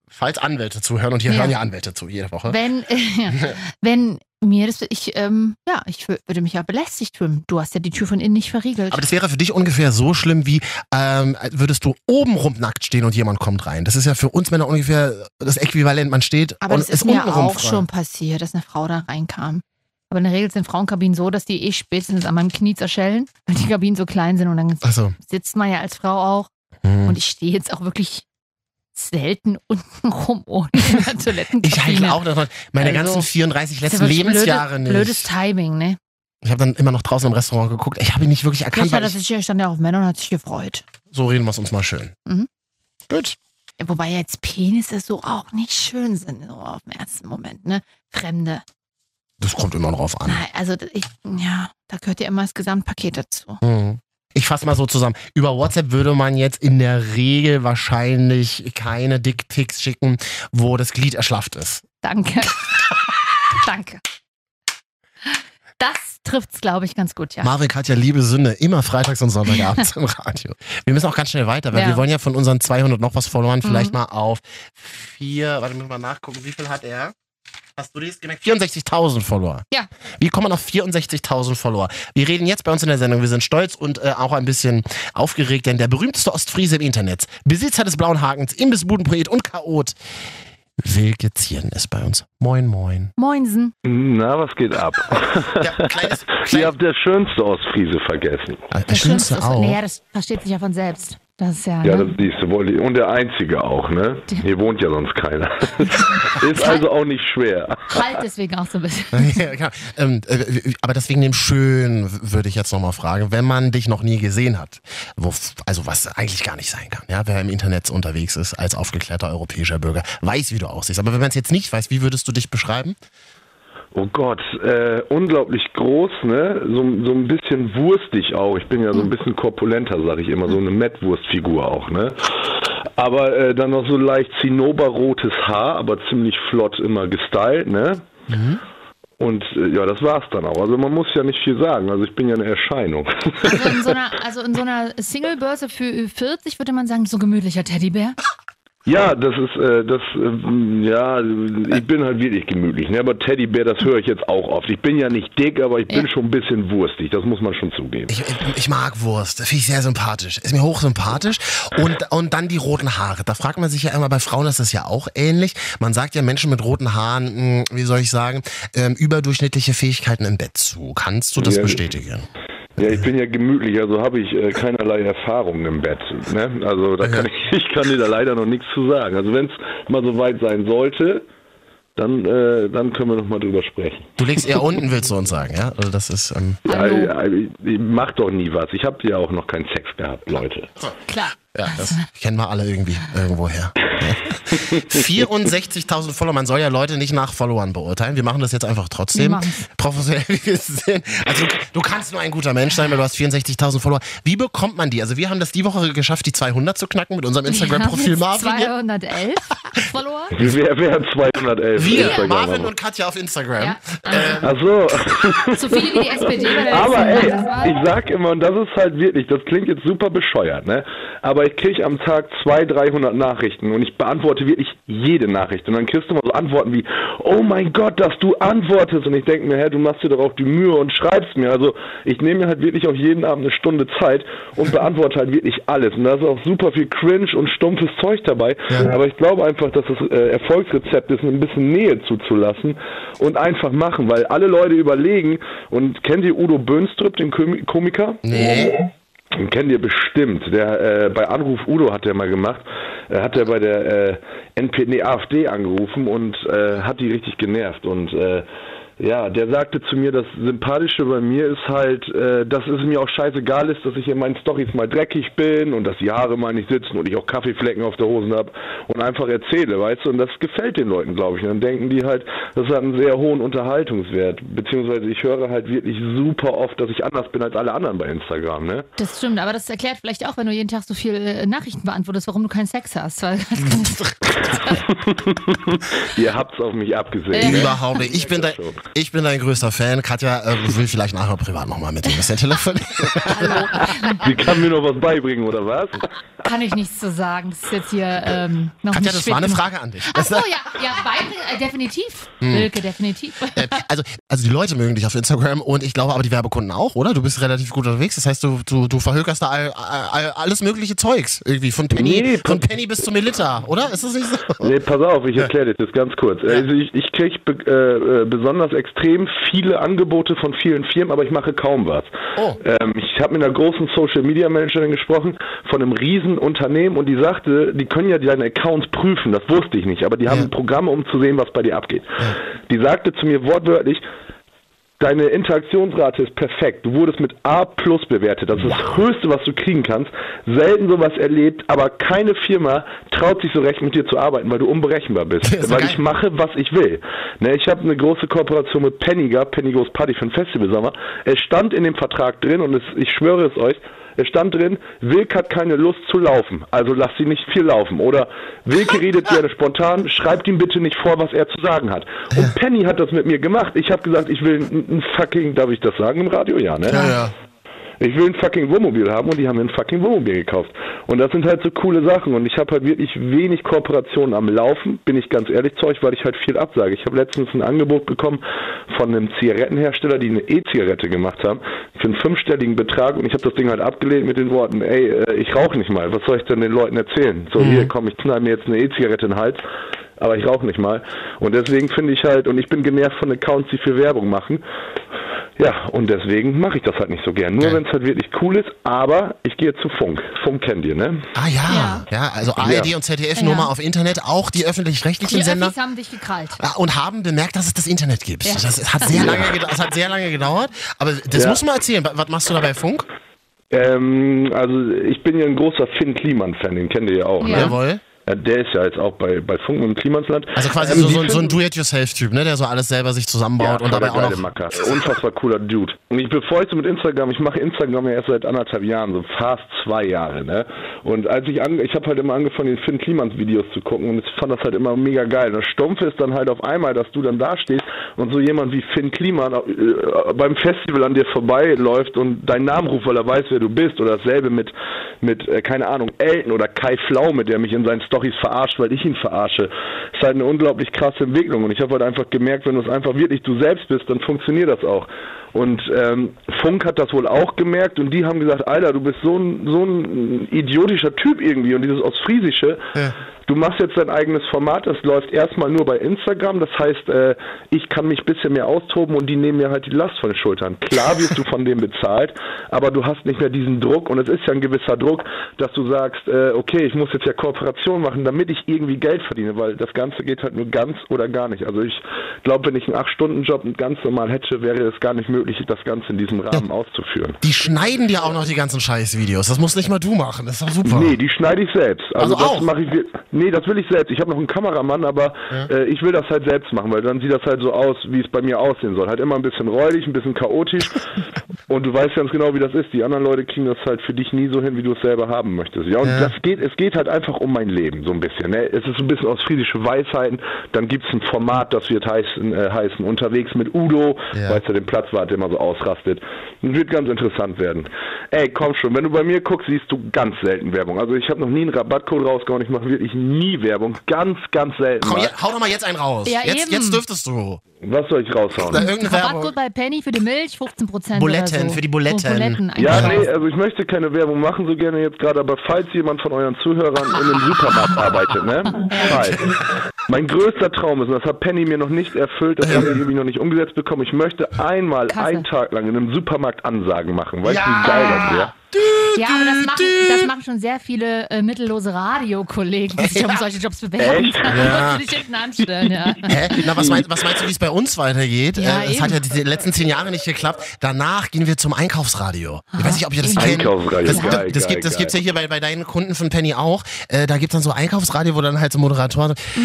Speaker 1: Falls Anwälte zuhören und hier
Speaker 2: Ja.
Speaker 1: hören ja Anwälte zu jede Woche.
Speaker 2: Wenn, wenn mir das, ich, ähm, ja, ich wür- würde mich ja belästigt fühlen. Du hast ja die Tür von innen nicht verriegelt.
Speaker 1: Aber das wäre für dich ungefähr so schlimm wie, ähm, als würdest du obenrum nackt stehen und jemand kommt rein. Das ist ja für uns Männer ungefähr das Äquivalent. Man steht
Speaker 2: Aber
Speaker 1: und
Speaker 2: das ist mir
Speaker 1: untenrum
Speaker 2: auch
Speaker 1: frei.
Speaker 2: schon passiert, dass eine Frau da reinkam. Aber in der Regel sind Frauenkabinen so, dass die eh spätestens an meinem Knie zerschellen, weil die Kabinen so klein sind und dann
Speaker 1: Ach so.
Speaker 2: sitzt man ja als Frau auch.
Speaker 1: Hm.
Speaker 2: Und ich stehe jetzt auch wirklich selten unten rum ohne in der Toilettenkabine.
Speaker 1: Ich halte auch davon, meine
Speaker 2: Also,
Speaker 1: ganzen 34
Speaker 2: Das ist
Speaker 1: letzten
Speaker 2: ja wirklich
Speaker 1: Lebensjahre
Speaker 2: blöde, Blödes
Speaker 1: nicht.
Speaker 2: Timing, ne?
Speaker 1: Ich habe dann immer noch draußen im Restaurant geguckt. Ich habe ihn nicht wirklich erkannt.
Speaker 2: Vielleicht hat
Speaker 1: Weil
Speaker 2: er
Speaker 1: ich,
Speaker 2: sich, stand ja auf Männer und hat sich gefreut.
Speaker 1: so reden wir es uns mal schön.
Speaker 2: Mhm.
Speaker 1: Gut.
Speaker 2: Ja, Wobei jetzt Penisse so auch nicht schön sind, so auf dem ersten Moment, ne? Fremde.
Speaker 1: Das kommt immer drauf an.
Speaker 2: Nein, also d- ich, ja, da gehört ja immer das Gesamtpaket dazu.
Speaker 1: Mhm. Ich fasse mal so zusammen. Über WhatsApp würde man jetzt in der Regel wahrscheinlich keine Dickpics schicken, wo das Glied erschlafft ist.
Speaker 2: Danke. Danke. Das trifft's, glaube ich, ganz gut, ja.
Speaker 1: Marvin hat ja liebe Sünde immer freitags und Sonntagabends im Radio. Wir müssen auch ganz schnell weiter, weil
Speaker 2: Ja. Mhm.
Speaker 1: wir wollen ja von unseren 200 noch was verloren vielleicht mal auf vier, warte, müssen wir mal nachgucken, wie viel hat er? Hast du das gemerkt? 64.000 Follower.
Speaker 2: Ja.
Speaker 1: Wie kommen wir auf 64.000 Follower? Wir reden jetzt bei uns in der Sendung, wir sind stolz und äh, auch ein bisschen aufgeregt, denn der berühmteste Ostfriese im Internet, Besitzer des Blauen Hakens, Imbissbudenpoet und Chaot, Wilke Zieren ist bei uns. Moin, moin.
Speaker 2: Moinsen.
Speaker 3: Na, was geht ab?
Speaker 1: Ja, kleines,
Speaker 3: Ihr habt der schönste Ostfriese vergessen.
Speaker 1: das Schlimmste
Speaker 2: ist-
Speaker 1: auch.
Speaker 2: Naja, das versteht sich ja von selbst. Das ist ja.
Speaker 3: Ja, das
Speaker 2: ne?
Speaker 3: siehst du wohl. Und der Einzige auch, ne? Hier wohnt ja sonst keiner. Ist also auch nicht schwer.
Speaker 2: Halt deswegen auch so ein bisschen.
Speaker 1: ja, klar. ähm, äh, aber deswegen dem Schön w- würde ich jetzt nochmal fragen, wenn man dich noch nie gesehen hat, wo, f- also was eigentlich gar nicht sein kann, ja, wer im Internet unterwegs ist als aufgeklärter europäischer Bürger, weiß, wie du aussiehst. Aber wenn man es jetzt nicht weiß, wie würdest du dich beschreiben?
Speaker 3: Oh Gott, äh, unglaublich groß, ne? So, so ein bisschen wurstig auch. Ich bin ja so ein bisschen korpulenter, sag ich immer, so eine Mettwurstfigur auch, ne? Aber äh, dann noch so leicht zinnoberrotes Haar, aber ziemlich flott immer gestylt, ne? Und äh, ja, das war's dann auch. Also man muss ja nicht viel sagen. Also ich bin ja eine Erscheinung.
Speaker 2: Also in so einer, also in so einer Singlebörse für 40 würde man sagen, so gemütlicher Teddybär.
Speaker 3: Ja, das ist, äh, das, äh, ja, ich bin halt wirklich gemütlich. Ne? Aber Teddybär, das höre ich jetzt auch oft. Ich bin ja nicht dick, aber ich bin schon ein bisschen wurstig. Das muss man schon zugeben.
Speaker 1: Ich, ich, ich mag Wurst, das finde ich sehr sympathisch. Ist mir hochsympathisch. Und, und dann die roten Haare. Da fragt man sich ja immer, bei Frauen ist das ja auch ähnlich. Man sagt ja Menschen mit roten Haaren, mh, wie soll ich sagen, ähm, überdurchschnittliche Fähigkeiten im Bett zu. Kannst du das
Speaker 3: Ja.
Speaker 1: bestätigen?
Speaker 3: Ja, ich bin ja gemütlich, also habe ich äh, keinerlei Erfahrung im Bett. Ne? Also da kann ich, ich kann dir da leider noch nichts zu sagen. Also wenn es mal so weit sein sollte, dann, äh, dann können wir noch mal drüber sprechen.
Speaker 1: Du legst eher unten, willst du uns sagen, ja? Also das ist, ähm,
Speaker 3: Ja,
Speaker 2: Hallo.
Speaker 3: ich, ich mach doch nie was. Ich habe ja auch noch keinen Sex gehabt, Leute.
Speaker 2: Klar.
Speaker 1: ja, das kennen wir alle irgendwie irgendwoher. 64.000 Follower, man soll ja Leute nicht nach Followern beurteilen. Wir machen das jetzt einfach trotzdem.
Speaker 2: Wir machen's.
Speaker 1: Professionell wie wir es sind. Also du- du kannst nur ein guter Mensch sein, weil du hast 64.000 Follower. Wie bekommt man die? Also wir haben das die Woche geschafft, die 200 zu knacken mit unserem Instagram-Profil
Speaker 2: Wir haben jetzt
Speaker 1: Marvin.
Speaker 2: 211 Follower.
Speaker 3: Wer, wer hat 211?
Speaker 1: Wir,
Speaker 3: Instagram
Speaker 1: Marvin
Speaker 3: haben?
Speaker 1: und Katja auf Instagram.
Speaker 2: Ja.
Speaker 3: Ach so.
Speaker 2: So viele wie die SPD bei der
Speaker 3: Aber
Speaker 2: letzten
Speaker 3: ey,
Speaker 2: Landtagswahl.
Speaker 3: ich sag immer, und das ist halt wirklich, das klingt jetzt super bescheuert, ne? Aber ich krieg am Tag 200, 300 Nachrichten und ich beantworte wirklich jede Nachricht. Und dann kriegst du mal so Antworten wie, oh mein Gott, dass du antwortest. Und ich denk mir, hä, du machst dir doch auch die Mühe und schreibst mir. Also ich nehme mir halt wirklich auch jeden Abend eine Stunde Zeit und beantworte halt wirklich alles. Und da ist auch super viel Cringe und stumpfes Zeug dabei. Aber ich glaube einfach, dass das äh, Erfolgsrezept ist, ein bisschen Nähe zuzulassen und einfach machen, weil alle Leute überlegen, und kennt ihr Udo Bönstrüpp, den Kömi- Komiker?
Speaker 1: Nee.
Speaker 3: Den kennt ihr bestimmt. Der äh, bei Anruf Udo hat der mal gemacht, äh, hat er bei der äh, NP, nee, AfD angerufen und äh, hat die richtig genervt und äh, ja, der sagte zu mir, das Sympathische bei mir ist halt, äh, dass es mir auch scheißegal ist, dass ich in meinen Stories mal dreckig bin und dass die Haare mal nicht sitzen und ich auch Kaffeeflecken auf der Hose habe und einfach erzähle, weißt du, und das gefällt den Leuten, glaube ich. Und dann denken die halt, das hat einen sehr hohen Unterhaltungswert, beziehungsweise ich höre halt wirklich super oft, dass ich anders bin als alle anderen bei Instagram, ne?
Speaker 2: Das stimmt, aber das erklärt vielleicht auch, wenn du jeden Tag so viele Nachrichten beantwortest, warum du keinen Sex hast. Weil
Speaker 3: Ihr habt's auf mich abgesehen. ne?
Speaker 1: Überhaupt nicht. Ich bin, dein, ich bin dein größter Fan. Katja äh, will vielleicht nachher privat nochmal mit dir ein bisschen telefonieren.
Speaker 3: Sie kann mir noch was beibringen, oder was?
Speaker 2: kann ich nichts zu sagen. Das ist jetzt hier ähm, noch
Speaker 1: Katja,
Speaker 2: nicht
Speaker 1: das
Speaker 2: spät
Speaker 1: war eine
Speaker 2: genug.
Speaker 1: Frage an dich.
Speaker 2: Ach so, ja, ja, beide, äh, definitiv. Wilke, definitiv.
Speaker 1: Äh, also, also die Leute mögen dich auf Instagram und ich glaube aber die Werbekunden auch, oder? Du bist relativ gut unterwegs. Das heißt, du, du, du verhökerst da all, all, alles mögliche Zeugs. Irgendwie von Penny,
Speaker 3: Nee,
Speaker 1: von Penny bis zu Melita, oder? Ist das nicht so?
Speaker 3: Nee, pass auf, ich erkläre dir das ganz kurz. Also ich, ich kriege be äh, äh, besonders extrem viele Angebote von vielen Firmen, aber ich mache kaum was.
Speaker 1: Oh.
Speaker 3: Ähm, ich habe mit einer großen Social Media Managerin gesprochen von einem riesen Unternehmen und die sagte, die können ja deine Accounts prüfen, das wusste ich nicht, aber die haben Programme, um zu sehen, was bei dir abgeht. Die sagte zu mir wortwörtlich, Deine Interaktionsrate ist perfekt. Du wurdest mit A plus bewertet. Das ist das Höchste, was du kriegen kannst. Selten sowas erlebt, aber keine Firma traut sich so recht, mit dir zu arbeiten, weil du unberechenbar bist.
Speaker 1: ist ja
Speaker 3: weil
Speaker 1: geil.
Speaker 3: ich mache, was ich will. Ne, ich habe eine große Kooperation mit Penniger, Pennigos Party für ein Festivalsommer. Es stand in dem Vertrag drin und es, ich schwöre es euch, es stand drin, Wilk hat keine Lust zu laufen, also lass sie nicht viel laufen. Oder Wilke redet gerne spontan, schreibt ihm bitte nicht vor, was er zu sagen hat. Und Penny hat das mit mir gemacht. Ich habe gesagt, ich will einen einen fucking, darf ich das sagen im Radio? Ja, ne?
Speaker 1: ja.
Speaker 3: Ich will ein fucking Wohnmobil haben und die haben mir ein fucking Wohnmobil gekauft. Und das sind halt so coole Sachen und ich habe halt wirklich wenig Kooperationen am Laufen, bin ich ganz ehrlich zu euch, weil ich halt viel absage. Ich habe letztens ein Angebot bekommen von einem Zigarettenhersteller, die eine E-Zigarette gemacht haben, für einen fünfstelligen Betrag und ich habe das Ding halt abgelehnt mit den Worten, ey, äh, ich rauche nicht mal, was soll ich denn den Leuten erzählen? So, hier, komm, ich knall mir jetzt eine E-Zigarette in den Hals aber ich rauche nicht mal. Und deswegen finde ich halt, und ich bin genervt von Accounts, die viel Werbung machen. Ja, und deswegen mache ich das halt nicht so gern. Nur
Speaker 1: Geil.
Speaker 3: wenn es halt wirklich cool ist, aber ich gehe zu Funk. Funk kennt ihr, ne?
Speaker 1: Ah ja, ja, also ARD und ZDF nur
Speaker 2: Ja.
Speaker 1: mal auf Internet, auch die öffentlich-rechtlichen
Speaker 2: Die
Speaker 1: Sender.
Speaker 2: Öffis haben dich gekrallt.
Speaker 1: Ah, und haben bemerkt, dass es das Internet gibt. Das, hat sehr lange, geda- das hat sehr lange gedauert. Aber das
Speaker 3: Ja.
Speaker 1: muss man erzählen. Wa- Was machst du da bei Funk?
Speaker 3: Ähm, also ich bin ja ein großer Finn Kliman-Fan, den kennt ihr ja auch,
Speaker 2: Ja.
Speaker 3: ne?
Speaker 1: Jawohl.
Speaker 3: Ja, der ist ja jetzt auch bei, bei Funk im Klimansland.
Speaker 1: Also quasi
Speaker 3: Ähm,
Speaker 1: so,
Speaker 3: die
Speaker 1: so, ein- so ein
Speaker 3: finden-
Speaker 1: Do-it-yourself-Typ, ne? der so alles selber sich
Speaker 3: ja,
Speaker 1: zusammenbaut
Speaker 3: voll
Speaker 1: und dabei
Speaker 3: der geile
Speaker 1: auch noch.
Speaker 3: Macker. Unfassbar cooler Dude. Und ich befreundete mit Instagram, ich mache Instagram ja erst seit anderthalb Jahren, so fast zwei Jahre, ne? Und als ich an, ich habe halt immer angefangen, den Finn Klimans Videos zu gucken und ich fand das halt immer mega geil. Und das Stumpfe ist dann halt auf einmal, dass du dann da stehst und so jemand wie Finn Kliman äh, beim Festival an dir vorbeiläuft und deinen Namen ruft, weil er weiß, wer du bist. Oder dasselbe mit, mit äh, keine Ahnung, Elton oder Kai Pflaume, der mich in seinen Stories verarscht, weil ich ihn verarsche. Ist halt eine unglaublich krasse Entwicklung. Und ich habe halt einfach gemerkt, wenn du es einfach wirklich du selbst bist, dann funktioniert das auch. Und ähm, Funk hat das wohl auch gemerkt und die haben gesagt, Alter, du bist so ein, so ein idiotischer Typ irgendwie und dieses Ostfriesische, du machst jetzt dein eigenes Format, das läuft erstmal nur bei Instagram, das heißt, äh, ich kann mich ein bisschen mehr austoben und die nehmen mir halt die Last von den Schultern. Klar wirst du von dem bezahlt, aber du hast nicht mehr diesen Druck und es ist ja ein gewisser Druck, dass du sagst, äh, okay, ich muss jetzt ja Kooperation machen, damit ich irgendwie Geld verdiene, weil das Ganze geht halt nur ganz oder gar nicht. Also ich glaube, wenn ich einen 8-Stunden-Job ganz normal hätte, wäre es gar nicht möglich, das Ganze in diesem Rahmen auszuführen.
Speaker 1: Die schneiden dir auch noch die ganzen Scheiß-Videos. Das musst nicht mal du machen. Das ist doch super.
Speaker 3: Nee, die schneide ich selbst. Also,
Speaker 1: Also auch?
Speaker 3: das mache ich. wir- Nee, das will ich selbst. Ich habe noch einen Kameramann, aber äh, ich will das halt selbst machen, weil dann sieht das halt so aus, wie es bei mir aussehen soll. Halt immer ein bisschen räudig, ein bisschen chaotisch. und du weißt ganz genau, wie das ist. Die anderen Leute kriegen das halt für dich nie so hin, wie du es selber haben möchtest. Ja, und das geht, es geht halt einfach um mein Leben so ein bisschen. Ne? Es ist so ein bisschen aus friedische Weisheiten. Dann gibt es ein Format, das wird heißen, äh, heißen unterwegs mit Udo,
Speaker 1: Ja.
Speaker 3: weißt du, den Platzwart, der immer so ausrastet. Das wird ganz interessant werden. Ey, komm schon, wenn du bei mir guckst, siehst du ganz selten Werbung. Also ich habe noch nie einen Rabattcode rausgehauen, ich mache wirklich nie Werbung. Ganz, ganz selten.
Speaker 1: Komm,
Speaker 3: mal.
Speaker 1: je, hau doch mal jetzt einen raus.
Speaker 2: Ja,
Speaker 1: jetzt,
Speaker 2: eben.
Speaker 1: jetzt dürftest du.
Speaker 3: Was soll ich raushauen?
Speaker 1: Da irgendeine Werbung.
Speaker 2: Rabattcode bei Penny für die Milch, 15%
Speaker 1: Buletten,
Speaker 2: oder so.
Speaker 1: für die Buletten.
Speaker 2: Oh, Buletten ein
Speaker 3: Ja,
Speaker 2: Scheiß.
Speaker 3: nee, also ich möchte keine Werbung machen, so gerne jetzt gerade, aber falls jemand von euren Zuhörern in einem Supermarkt arbeitet, ne? Falls. Mein größter Traum ist, und das hat Penny mir noch nicht erfüllt, das habe ich irgendwie noch nicht umgesetzt bekommen, ich möchte einmal
Speaker 2: Kasse.
Speaker 3: einen Tag lang in einem Supermarkt Ansagen machen. Weißt du, wie geil das wäre?
Speaker 2: Ja, aber das machen, das machen schon sehr viele äh, mittellose Radiokollegen, die sich um solche Jobs bewerben.
Speaker 3: Echt?
Speaker 2: Da musst du dich hinten anstellen, ja.
Speaker 1: Hä? Na, was meinst, was meinst du, wie es bei uns weitergeht?
Speaker 2: Ja,
Speaker 1: äh, es
Speaker 2: eben.
Speaker 1: hat ja die letzten zehn Jahre nicht geklappt. Danach gehen wir zum Einkaufsradio. Ich weiß nicht, ob ihr das
Speaker 2: eben.
Speaker 1: kennt.
Speaker 3: Einkaufsradio,
Speaker 1: Das, das,
Speaker 3: geil,
Speaker 1: das,
Speaker 3: geil,
Speaker 1: gibt, das
Speaker 3: geil.
Speaker 1: gibt's ja hier bei, bei deinen Kunden von Penny auch. Äh, da gibt's dann so Einkaufsradio, wo dann halt so Moderatoren so,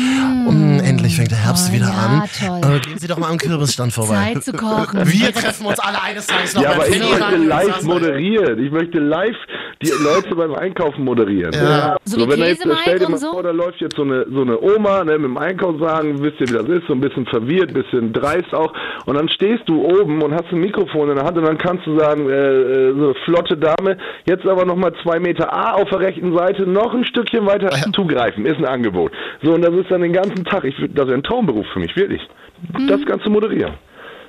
Speaker 1: "Mm, endlich fängt der Herbst
Speaker 2: toll,
Speaker 1: wieder
Speaker 2: Oh, ja,
Speaker 1: an.
Speaker 2: toll."
Speaker 1: Äh, gehen Sie doch mal am Kürbisstand vorbei.
Speaker 2: Zeit zu kochen.
Speaker 1: Wir treffen uns alle eines Tages noch
Speaker 3: Ja,
Speaker 1: beim
Speaker 3: aber ich
Speaker 1: Penny
Speaker 3: möchte
Speaker 1: Radio.
Speaker 3: live moderieren. Ich möchte live die Leute beim Einkaufen moderieren.
Speaker 1: Ja.
Speaker 2: So wie
Speaker 3: wenn er jetzt,
Speaker 2: Käse, Mike,
Speaker 3: stell dir
Speaker 2: und
Speaker 3: mal
Speaker 2: so?
Speaker 3: vor, da läuft jetzt so eine, so eine Oma ne, mit dem Einkaufswagen, wisst ihr, wie das ist, so ein bisschen verwirrt, bisschen dreist auch. Und dann stehst du oben und hast ein Mikrofon in der Hand und dann kannst du sagen, äh, äh, so eine flotte Dame, jetzt aber nochmal zwei Meter A auf der rechten Seite, noch ein Stückchen weiter zugreifen, ist ein Angebot. So, und das ist dann den ganzen Tag, ich, würd- das wäre ein Traumberuf für mich, wirklich. Das Ganze moderieren.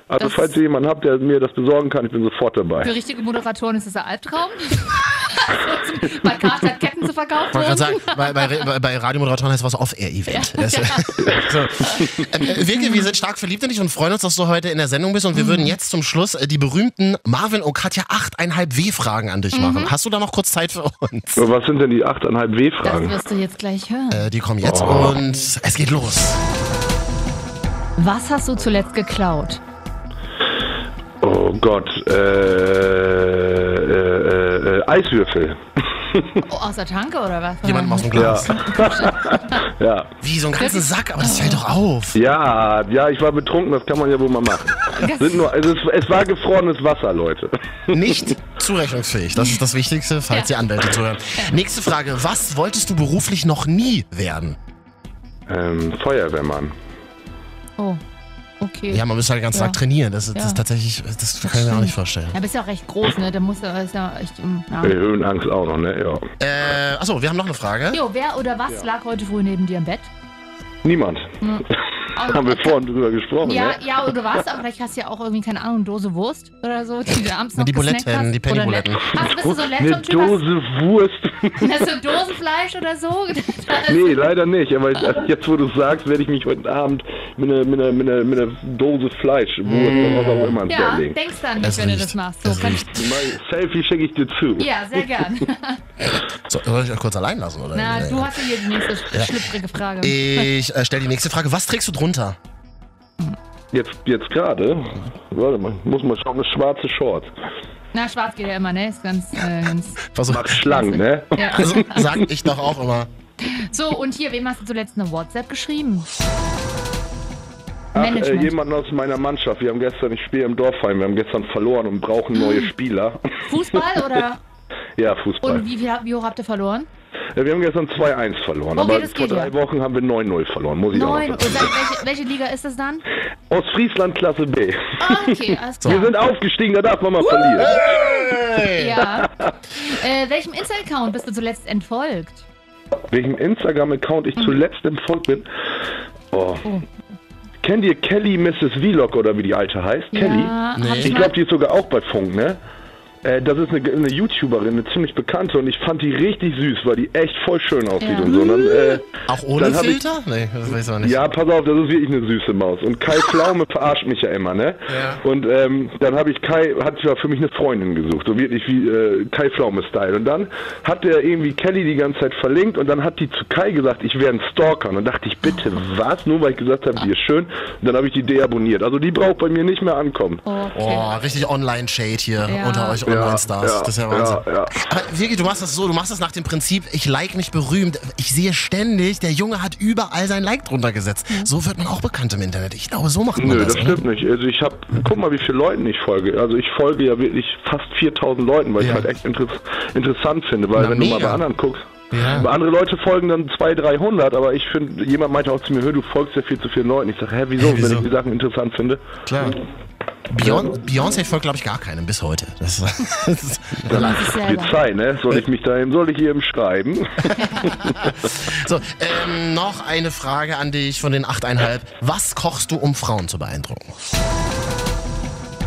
Speaker 3: Also
Speaker 2: Mhm. Das-
Speaker 3: falls ihr jemanden habt, der mir das besorgen kann, ich bin sofort dabei.
Speaker 2: Für richtige Moderatoren ist das ein Albtraum. bei Karte hat Ketten zu verkaufen.
Speaker 1: Ich wollte gerade sagen, bei, bei, bei- bei Radiomoderatoren heißt was Off-Air-Event. Das- äh, so. Ähm, äh, Wilke, wir sind stark verliebt in dich und freuen uns, dass du heute in der Sendung bist. Und
Speaker 2: Mhm.
Speaker 1: wir würden jetzt zum Schluss äh, die berühmten Marvin und Katja 8,5 W-Fragen an dich
Speaker 2: Mhm.
Speaker 1: machen. Hast du da noch kurz Zeit für uns?
Speaker 3: Aber Was sind denn die 8,5
Speaker 2: Das
Speaker 3: W-Fragen?
Speaker 2: wirst du jetzt gleich hören.
Speaker 1: Äh, die kommen jetzt und es geht los.
Speaker 2: Was hast du zuletzt geklaut?
Speaker 3: Oh Gott, äh, äh, äh, äh, Eiswürfel.
Speaker 2: Oh, aus der Tanke oder was?
Speaker 1: Jemand aus dem Glas.
Speaker 3: Ja.
Speaker 1: Wie, so einen ganzen Sack, aber das fällt doch auf.
Speaker 3: ja, ja, ich war betrunken, das kann man ja wohl mal machen. Sind nur, es, ist, es war gefrorenes Wasser, Leute.
Speaker 1: Nicht zurechnungsfähig. Das ist das Wichtigste, falls die Anwälte zuhören. Nächste Frage. Was wolltest du beruflich noch nie werden?
Speaker 3: Ähm, Feuerwehrmann.
Speaker 2: Oh, okay.
Speaker 1: Ja, man müsste halt den ganzen
Speaker 2: Ja.
Speaker 1: Tag trainieren. Das, ist- das
Speaker 2: Ja.
Speaker 1: ist tatsächlich, das kann ich mir auch nicht vorstellen.
Speaker 2: Ja, bist ja auch recht groß, ne? Da muss ja, ist ja echt. ähm, Ja.
Speaker 3: Äh, Höhenangst auch noch, ne? Ja.
Speaker 1: Äh, achso, wir haben noch eine Frage.
Speaker 2: Jo, wer oder was lag heute früh neben dir im Bett?
Speaker 3: Niemand.
Speaker 2: auch.
Speaker 3: Haben wir vorhin drüber gesprochen, ne?
Speaker 2: Mhm. Ja, ja, oder was? Aber vielleicht hast du ja auch irgendwie, keine Ahnung, Dose Wurst oder so, die du abends noch
Speaker 1: Die
Speaker 2: gesnackt
Speaker 1: Buletten,
Speaker 2: hast.
Speaker 1: die Penny
Speaker 2: Oder Le-
Speaker 1: Buletten.
Speaker 2: Hast, bist du so ein
Speaker 3: Eine
Speaker 2: Laptop-Typ? Hast-
Speaker 3: Dose Wurst.
Speaker 2: Hast du Dosenfleisch oder so?
Speaker 3: Nee, leider nicht. Aber ich, also jetzt, wo du es sagst, werde ich mich heute Abend mit einer, mit einer, mit einer, mit einer Dose Fleisch, Wurst oder was auch immer ins Bett
Speaker 2: Mm. Ja,
Speaker 3: legen.
Speaker 2: denkst dann
Speaker 1: Es
Speaker 2: nicht, wenn du
Speaker 1: riecht.
Speaker 2: das machst. So,
Speaker 1: es
Speaker 2: kann,
Speaker 1: riecht.
Speaker 3: Mein Selfie schicke ich dir zu.
Speaker 2: ja, sehr gern.
Speaker 1: So, soll ich euch kurz allein lassen, oder?
Speaker 2: Na,
Speaker 1: Ja,
Speaker 2: du
Speaker 1: ja.
Speaker 2: hast ja hier die nächste sch- schlüpfrige Frage.
Speaker 1: ich äh, stelle die nächste Frage. Was trägst du drunter?
Speaker 3: Jetzt, jetzt gerade. Warte mal, muss mal schauen, eine schwarze Short.
Speaker 2: Na, schwarz geht ja immer, ne? Ist ganz, äh, ganz
Speaker 1: Versuch.
Speaker 3: Macht schlank, ne?
Speaker 2: ja.
Speaker 1: Also, sag ich doch auch immer.
Speaker 2: So, und hier, wem hast du zuletzt eine WhatsApp geschrieben?
Speaker 3: Ach, äh,
Speaker 2: Management.
Speaker 3: jemand aus meiner Mannschaft. Wir haben gestern, ich spiele im Dorfverein, wir haben gestern verloren und brauchen neue Spieler.
Speaker 2: Fußball oder?
Speaker 3: ja, Fußball.
Speaker 2: Mm. Und wie, viel, wie hoch habt ihr verloren?
Speaker 3: Ja, wir haben gestern 2-1 verloren,
Speaker 2: Okay,
Speaker 3: aber
Speaker 2: das
Speaker 3: vor
Speaker 2: geht
Speaker 3: drei
Speaker 2: ja.
Speaker 3: Wochen haben wir 9-0 verloren, muss ich
Speaker 2: Neun.
Speaker 3: auch noch
Speaker 2: Und
Speaker 3: sagen.
Speaker 2: sag, welche, welche Liga ist das dann?
Speaker 3: Aus Friesland Klasse B.
Speaker 2: Ah, okay, alles
Speaker 3: Wir
Speaker 2: klar.
Speaker 3: sind aufgestiegen, da darf man mal verlieren.
Speaker 2: Ja. Äh, welchem Insta-Account bist du zuletzt entfolgt?
Speaker 3: Welchem Instagram-Account ich zuletzt entfolgt bin. Oh.
Speaker 2: Oh.
Speaker 3: Kennt ihr Kelly Mrs. Vlog oder wie die alte heißt? Kelly?
Speaker 2: Ja,
Speaker 1: Nee.
Speaker 2: hab ich
Speaker 3: Ich
Speaker 2: mal.
Speaker 3: glaube, die ist sogar auch bei Funk, ne? Äh, das ist eine, eine YouTuberin, eine ziemlich bekannte und ich fand die richtig süß, weil die echt voll schön aussieht
Speaker 2: Ja.
Speaker 3: und so. Und dann, äh,
Speaker 1: Auch ohne
Speaker 3: Dann hab ich-
Speaker 1: Filter? Nee, das weiß ich auch nicht.
Speaker 3: ja, pass auf, das ist wirklich eine süße Maus. Und Kai Pflaume verarscht mich ja immer, ne?
Speaker 1: Ja.
Speaker 3: Und ähm, dann habe ich Kai, hat ja für mich eine Freundin gesucht, so wirklich wie äh, Kai Pflaume-Style. Und dann hat der irgendwie Kelly die ganze Zeit verlinkt und dann hat die zu Kai gesagt, ich wäre ein Stalker. Und dann dachte ich, bitte, was? Nur weil ich gesagt habe, die ist schön. Und dann habe ich die deabonniert. Also die braucht bei mir nicht mehr ankommen.
Speaker 1: Oh,
Speaker 2: Okay.
Speaker 1: richtig Online-Shade hier
Speaker 2: Ja.
Speaker 1: unter euch Online-Stars. das ist ja Wahnsinn.
Speaker 3: ja, ja.
Speaker 1: Aber Vicky, du machst das so, du machst das nach dem Prinzip, ich like mich berühmt. Ich sehe ständig, der Junge hat überall sein Like drunter gesetzt. So wird man auch bekannt im Internet. Ich glaube, so macht man
Speaker 3: Nö,
Speaker 1: das. ne?
Speaker 3: das
Speaker 1: oder?
Speaker 3: stimmt nicht. Also ich habe, guck mal, wie viele Leuten ich folge. Also ich folge ja wirklich fast 4000 Leuten, weil
Speaker 1: Ja.
Speaker 3: ich halt echt interess interessant finde, weil
Speaker 1: Na,
Speaker 3: wenn du mal
Speaker 1: mega.
Speaker 3: bei anderen guckst,
Speaker 1: Ja.
Speaker 3: bei andere Leute folgen dann 200, 300, aber ich finde, jemand meinte auch zu mir, hör, du folgst ja viel zu vielen Leuten. Ich sage, hä, wieso,
Speaker 1: Hä, wieso?
Speaker 3: wenn ich die Sachen interessant finde?
Speaker 1: Klar. Äh, Beyon- Beyoncé folgt, glaube ich, gar keinem bis heute. Das, das ist
Speaker 2: Ich
Speaker 3: Wird
Speaker 2: selber.
Speaker 3: Zeit, ne? Soll ich mich dahin, soll ich ihr eben schreiben?
Speaker 1: so, ähm, noch eine Frage an dich von den 8,5. Was kochst du, um Frauen zu beeindrucken?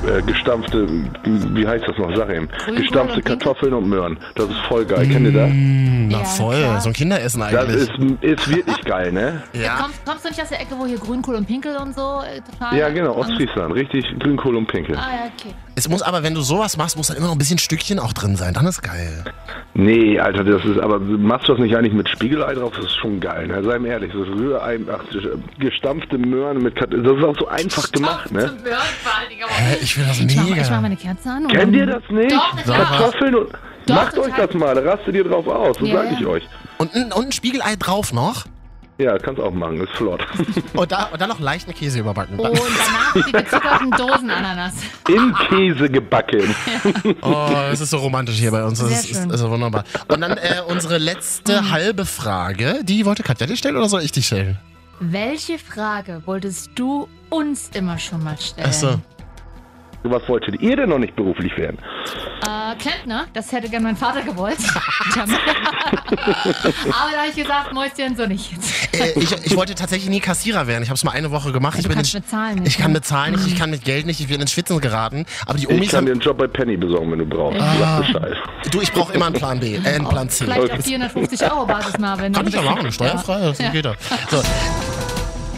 Speaker 3: äh, gestampfte, wie heißt das noch, sag eben,
Speaker 2: Grünkohl
Speaker 3: gestampfte
Speaker 2: und Dinkel?
Speaker 3: Kartoffeln und Möhren. Das ist voll geil, kennt ihr das?
Speaker 1: Na
Speaker 2: Ja,
Speaker 1: voll,
Speaker 2: klar.
Speaker 1: so ein Kinderessen
Speaker 3: Das
Speaker 1: eigentlich.
Speaker 3: ist, ist wirklich geil, ne?
Speaker 1: ja.
Speaker 2: Kommst, kommst du nicht aus der Ecke, wo hier Grünkohl und Pinkel und so äh, total?
Speaker 3: Ja, genau, Ostfriesland, richtig Grünkohl und Pinkel.
Speaker 2: Ah, ja, okay.
Speaker 1: Es muss aber, wenn du sowas machst, muss dann immer noch ein bisschen Stückchen auch drin sein. Dann ist geil.
Speaker 3: Nee, Alter, das ist aber machst du das nicht eigentlich mit Spiegelei drauf? Das ist schon geil. Ne? Sei mir ehrlich, das Rührei, ach, gestampfte Möhren mit Kat das ist auch so einfach gemacht, ne?
Speaker 1: Hä, ich finde das
Speaker 2: Ich mach, ich mach
Speaker 1: mega.
Speaker 2: meine Kerze an. und
Speaker 3: Kennt
Speaker 2: dann-
Speaker 3: ihr das nicht?
Speaker 2: Doch, na klar.
Speaker 3: Kartoffeln und
Speaker 2: Doch,
Speaker 3: macht euch
Speaker 2: total.
Speaker 3: das mal, rastet ihr drauf aus, so
Speaker 2: Ja,
Speaker 3: sag ich
Speaker 2: ja.
Speaker 3: euch.
Speaker 1: Und, ein- und ein Spiegelei drauf noch.
Speaker 3: Ja, kannst auch machen, ist flott.
Speaker 1: Und, da, und dann noch leichten Käse überbacken.
Speaker 2: Und danach die gezuckerten Dosenananas.
Speaker 3: In Käse gebacken.
Speaker 1: Oh, es ist so romantisch hier bei uns. Das
Speaker 2: Sehr
Speaker 1: ist, ist,
Speaker 2: schön. Hm.
Speaker 1: ist so wunderbar. Und dann äh, unsere letzte halbe Frage. Die wollte Katja dir stellen oder soll ich die stellen?
Speaker 2: Welche Frage wolltest du uns immer schon mal stellen?
Speaker 1: Achso.
Speaker 3: Was wolltet ihr denn noch nicht beruflich werden?
Speaker 2: Äh, Klempner, das hätte gern mein Vater gewollt. Verdammt. Aber da habe ich gesagt, Mäuschen, so nicht jetzt.
Speaker 1: Äh, ich, ich wollte tatsächlich nie Kassierer werden. Ich habe es mal eine Woche gemacht. Ich
Speaker 2: Also Du
Speaker 1: bin
Speaker 2: kannst
Speaker 1: in-
Speaker 2: mit Zahlen nicht. ne? Mhm.
Speaker 1: ich kann mit Zahlen nicht, ich kann mit Geld nicht, ich bin ins Schwitzen geraten. Aber die
Speaker 3: Ich
Speaker 1: Omis
Speaker 3: kann dir
Speaker 1: haben.
Speaker 3: einen Job bei Penny besorgen, wenn du brauchst. Sag Bescheid.
Speaker 1: Du, ich brauche immer einen Plan B, äh, einen Plan C.
Speaker 2: Vielleicht auf 450 Euro Basis, Marvin.
Speaker 1: Kann ich ja machen, steuerfrei, das
Speaker 2: Ja.
Speaker 1: geht ja. So.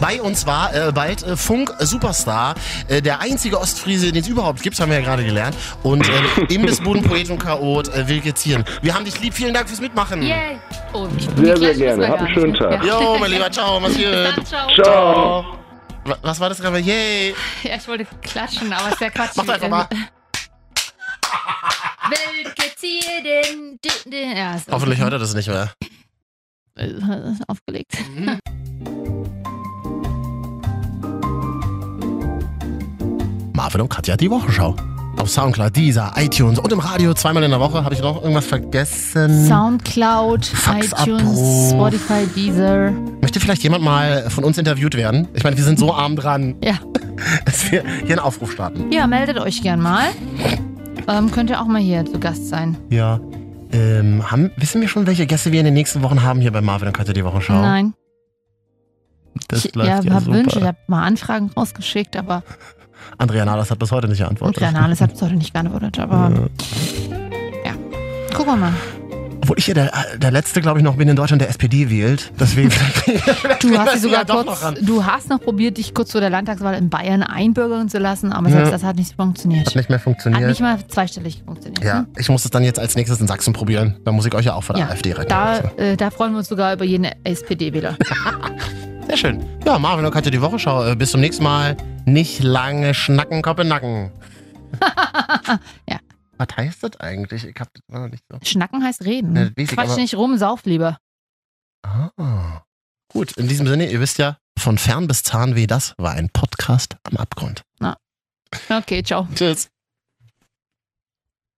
Speaker 1: Bei uns war äh, bald äh, Funk-Superstar, äh, der einzige Ostfriese, den es überhaupt gibt, haben wir ja gerade gelernt. Und äh, Imbissbudenpoet und Chaot, äh, Wilke Zieren. Wir haben dich lieb, vielen Dank fürs Mitmachen.
Speaker 2: Yay. Oh, ich
Speaker 3: Sehr,
Speaker 2: die
Speaker 3: sehr
Speaker 2: Clash
Speaker 3: gerne.
Speaker 2: wissen wir
Speaker 3: Habt einen
Speaker 2: gar
Speaker 3: schönen
Speaker 2: nicht.
Speaker 3: Tag.
Speaker 1: Jo, mein Lieber, ciao, mach's
Speaker 2: Dann,
Speaker 1: gut.
Speaker 2: ciao.
Speaker 3: Ciao.
Speaker 1: Wa- Was war das gerade? Yay.
Speaker 2: Ja, ich wollte klatschen, aber ist ja Quatsch.
Speaker 1: Mach doch einfach mal.
Speaker 2: Welke Zier den, den, den. Ja, ist
Speaker 1: Hoffentlich hört er das nicht mehr.
Speaker 2: äh, aufgelegt.
Speaker 1: Marvin und Katja, die Wochenschau. Auf Soundcloud, Deezer, iTunes und im Radio zweimal in der Woche. Habe ich noch irgendwas vergessen?
Speaker 2: Soundcloud,
Speaker 1: Faxabruf.
Speaker 2: iTunes, Spotify, Deezer.
Speaker 1: Möchte vielleicht jemand mal von uns interviewt werden? Ich meine, wir sind so arm dran,
Speaker 2: Ja,
Speaker 1: dass wir hier einen Aufruf starten.
Speaker 2: ja meldet euch gern mal. Ähm, könnt ihr auch mal hier zu Gast sein?
Speaker 1: Ja. Ähm, haben, wissen wir schon, welche Gäste wir in den nächsten Wochen haben hier bei Marvin und Katja die Wochenschau?
Speaker 2: Nein.
Speaker 1: Das
Speaker 2: ich
Speaker 1: läuft
Speaker 2: ja,
Speaker 1: ja,
Speaker 2: hab
Speaker 1: super.
Speaker 2: Wünsche, ich habe mal Anfragen rausgeschickt, aber
Speaker 1: Andrea Nahles hat bis heute nicht
Speaker 2: und
Speaker 1: geantwortet.
Speaker 2: Renales hat es heute nicht geantwortet. Aber ja, gucken wir mal.
Speaker 1: Obwohl ich ja der, der letzte, glaube ich, noch bin in Deutschland, der SPD wählt. Deswegen.
Speaker 2: Du hast,
Speaker 1: das
Speaker 2: sie sogar
Speaker 1: ja doch
Speaker 2: kurz,
Speaker 1: noch ran.
Speaker 2: du hast noch probiert, dich kurz vor der Landtagswahl in Bayern einbürgern zu lassen, aber
Speaker 1: Ja.
Speaker 2: selbst das hat nicht funktioniert.
Speaker 1: Hat nicht mehr
Speaker 2: Hat
Speaker 1: funktioniert.
Speaker 2: nicht mal zweistellig funktioniert.
Speaker 1: ja,
Speaker 2: ne?
Speaker 1: ich muss es dann jetzt als nächstes in Sachsen probieren. Da muss ich euch ja auch von der
Speaker 2: Ja,
Speaker 1: AfD retten. Also.
Speaker 2: Da, äh, da freuen wir uns sogar über jeden SPD-Wähler.
Speaker 1: Sehr schön. Ja, Marvin und Katja, die Wochenschau. Äh, Bis zum nächsten Mal. Nicht lange schnacken, Kopenhagen.
Speaker 2: Ja.
Speaker 1: Was heißt das eigentlich? Ich hab das noch nicht so.
Speaker 2: Schnacken heißt reden.
Speaker 1: Ja, das weiß ich,
Speaker 2: Quatsch
Speaker 1: aber-
Speaker 2: nicht rum, sauf lieber.
Speaker 1: Ah. Gut, in diesem Sinne, ihr wisst ja, von fern bis Zahnweh, das war ein Podcast am Abgrund.
Speaker 2: Okay, ciao.
Speaker 1: Tschüss.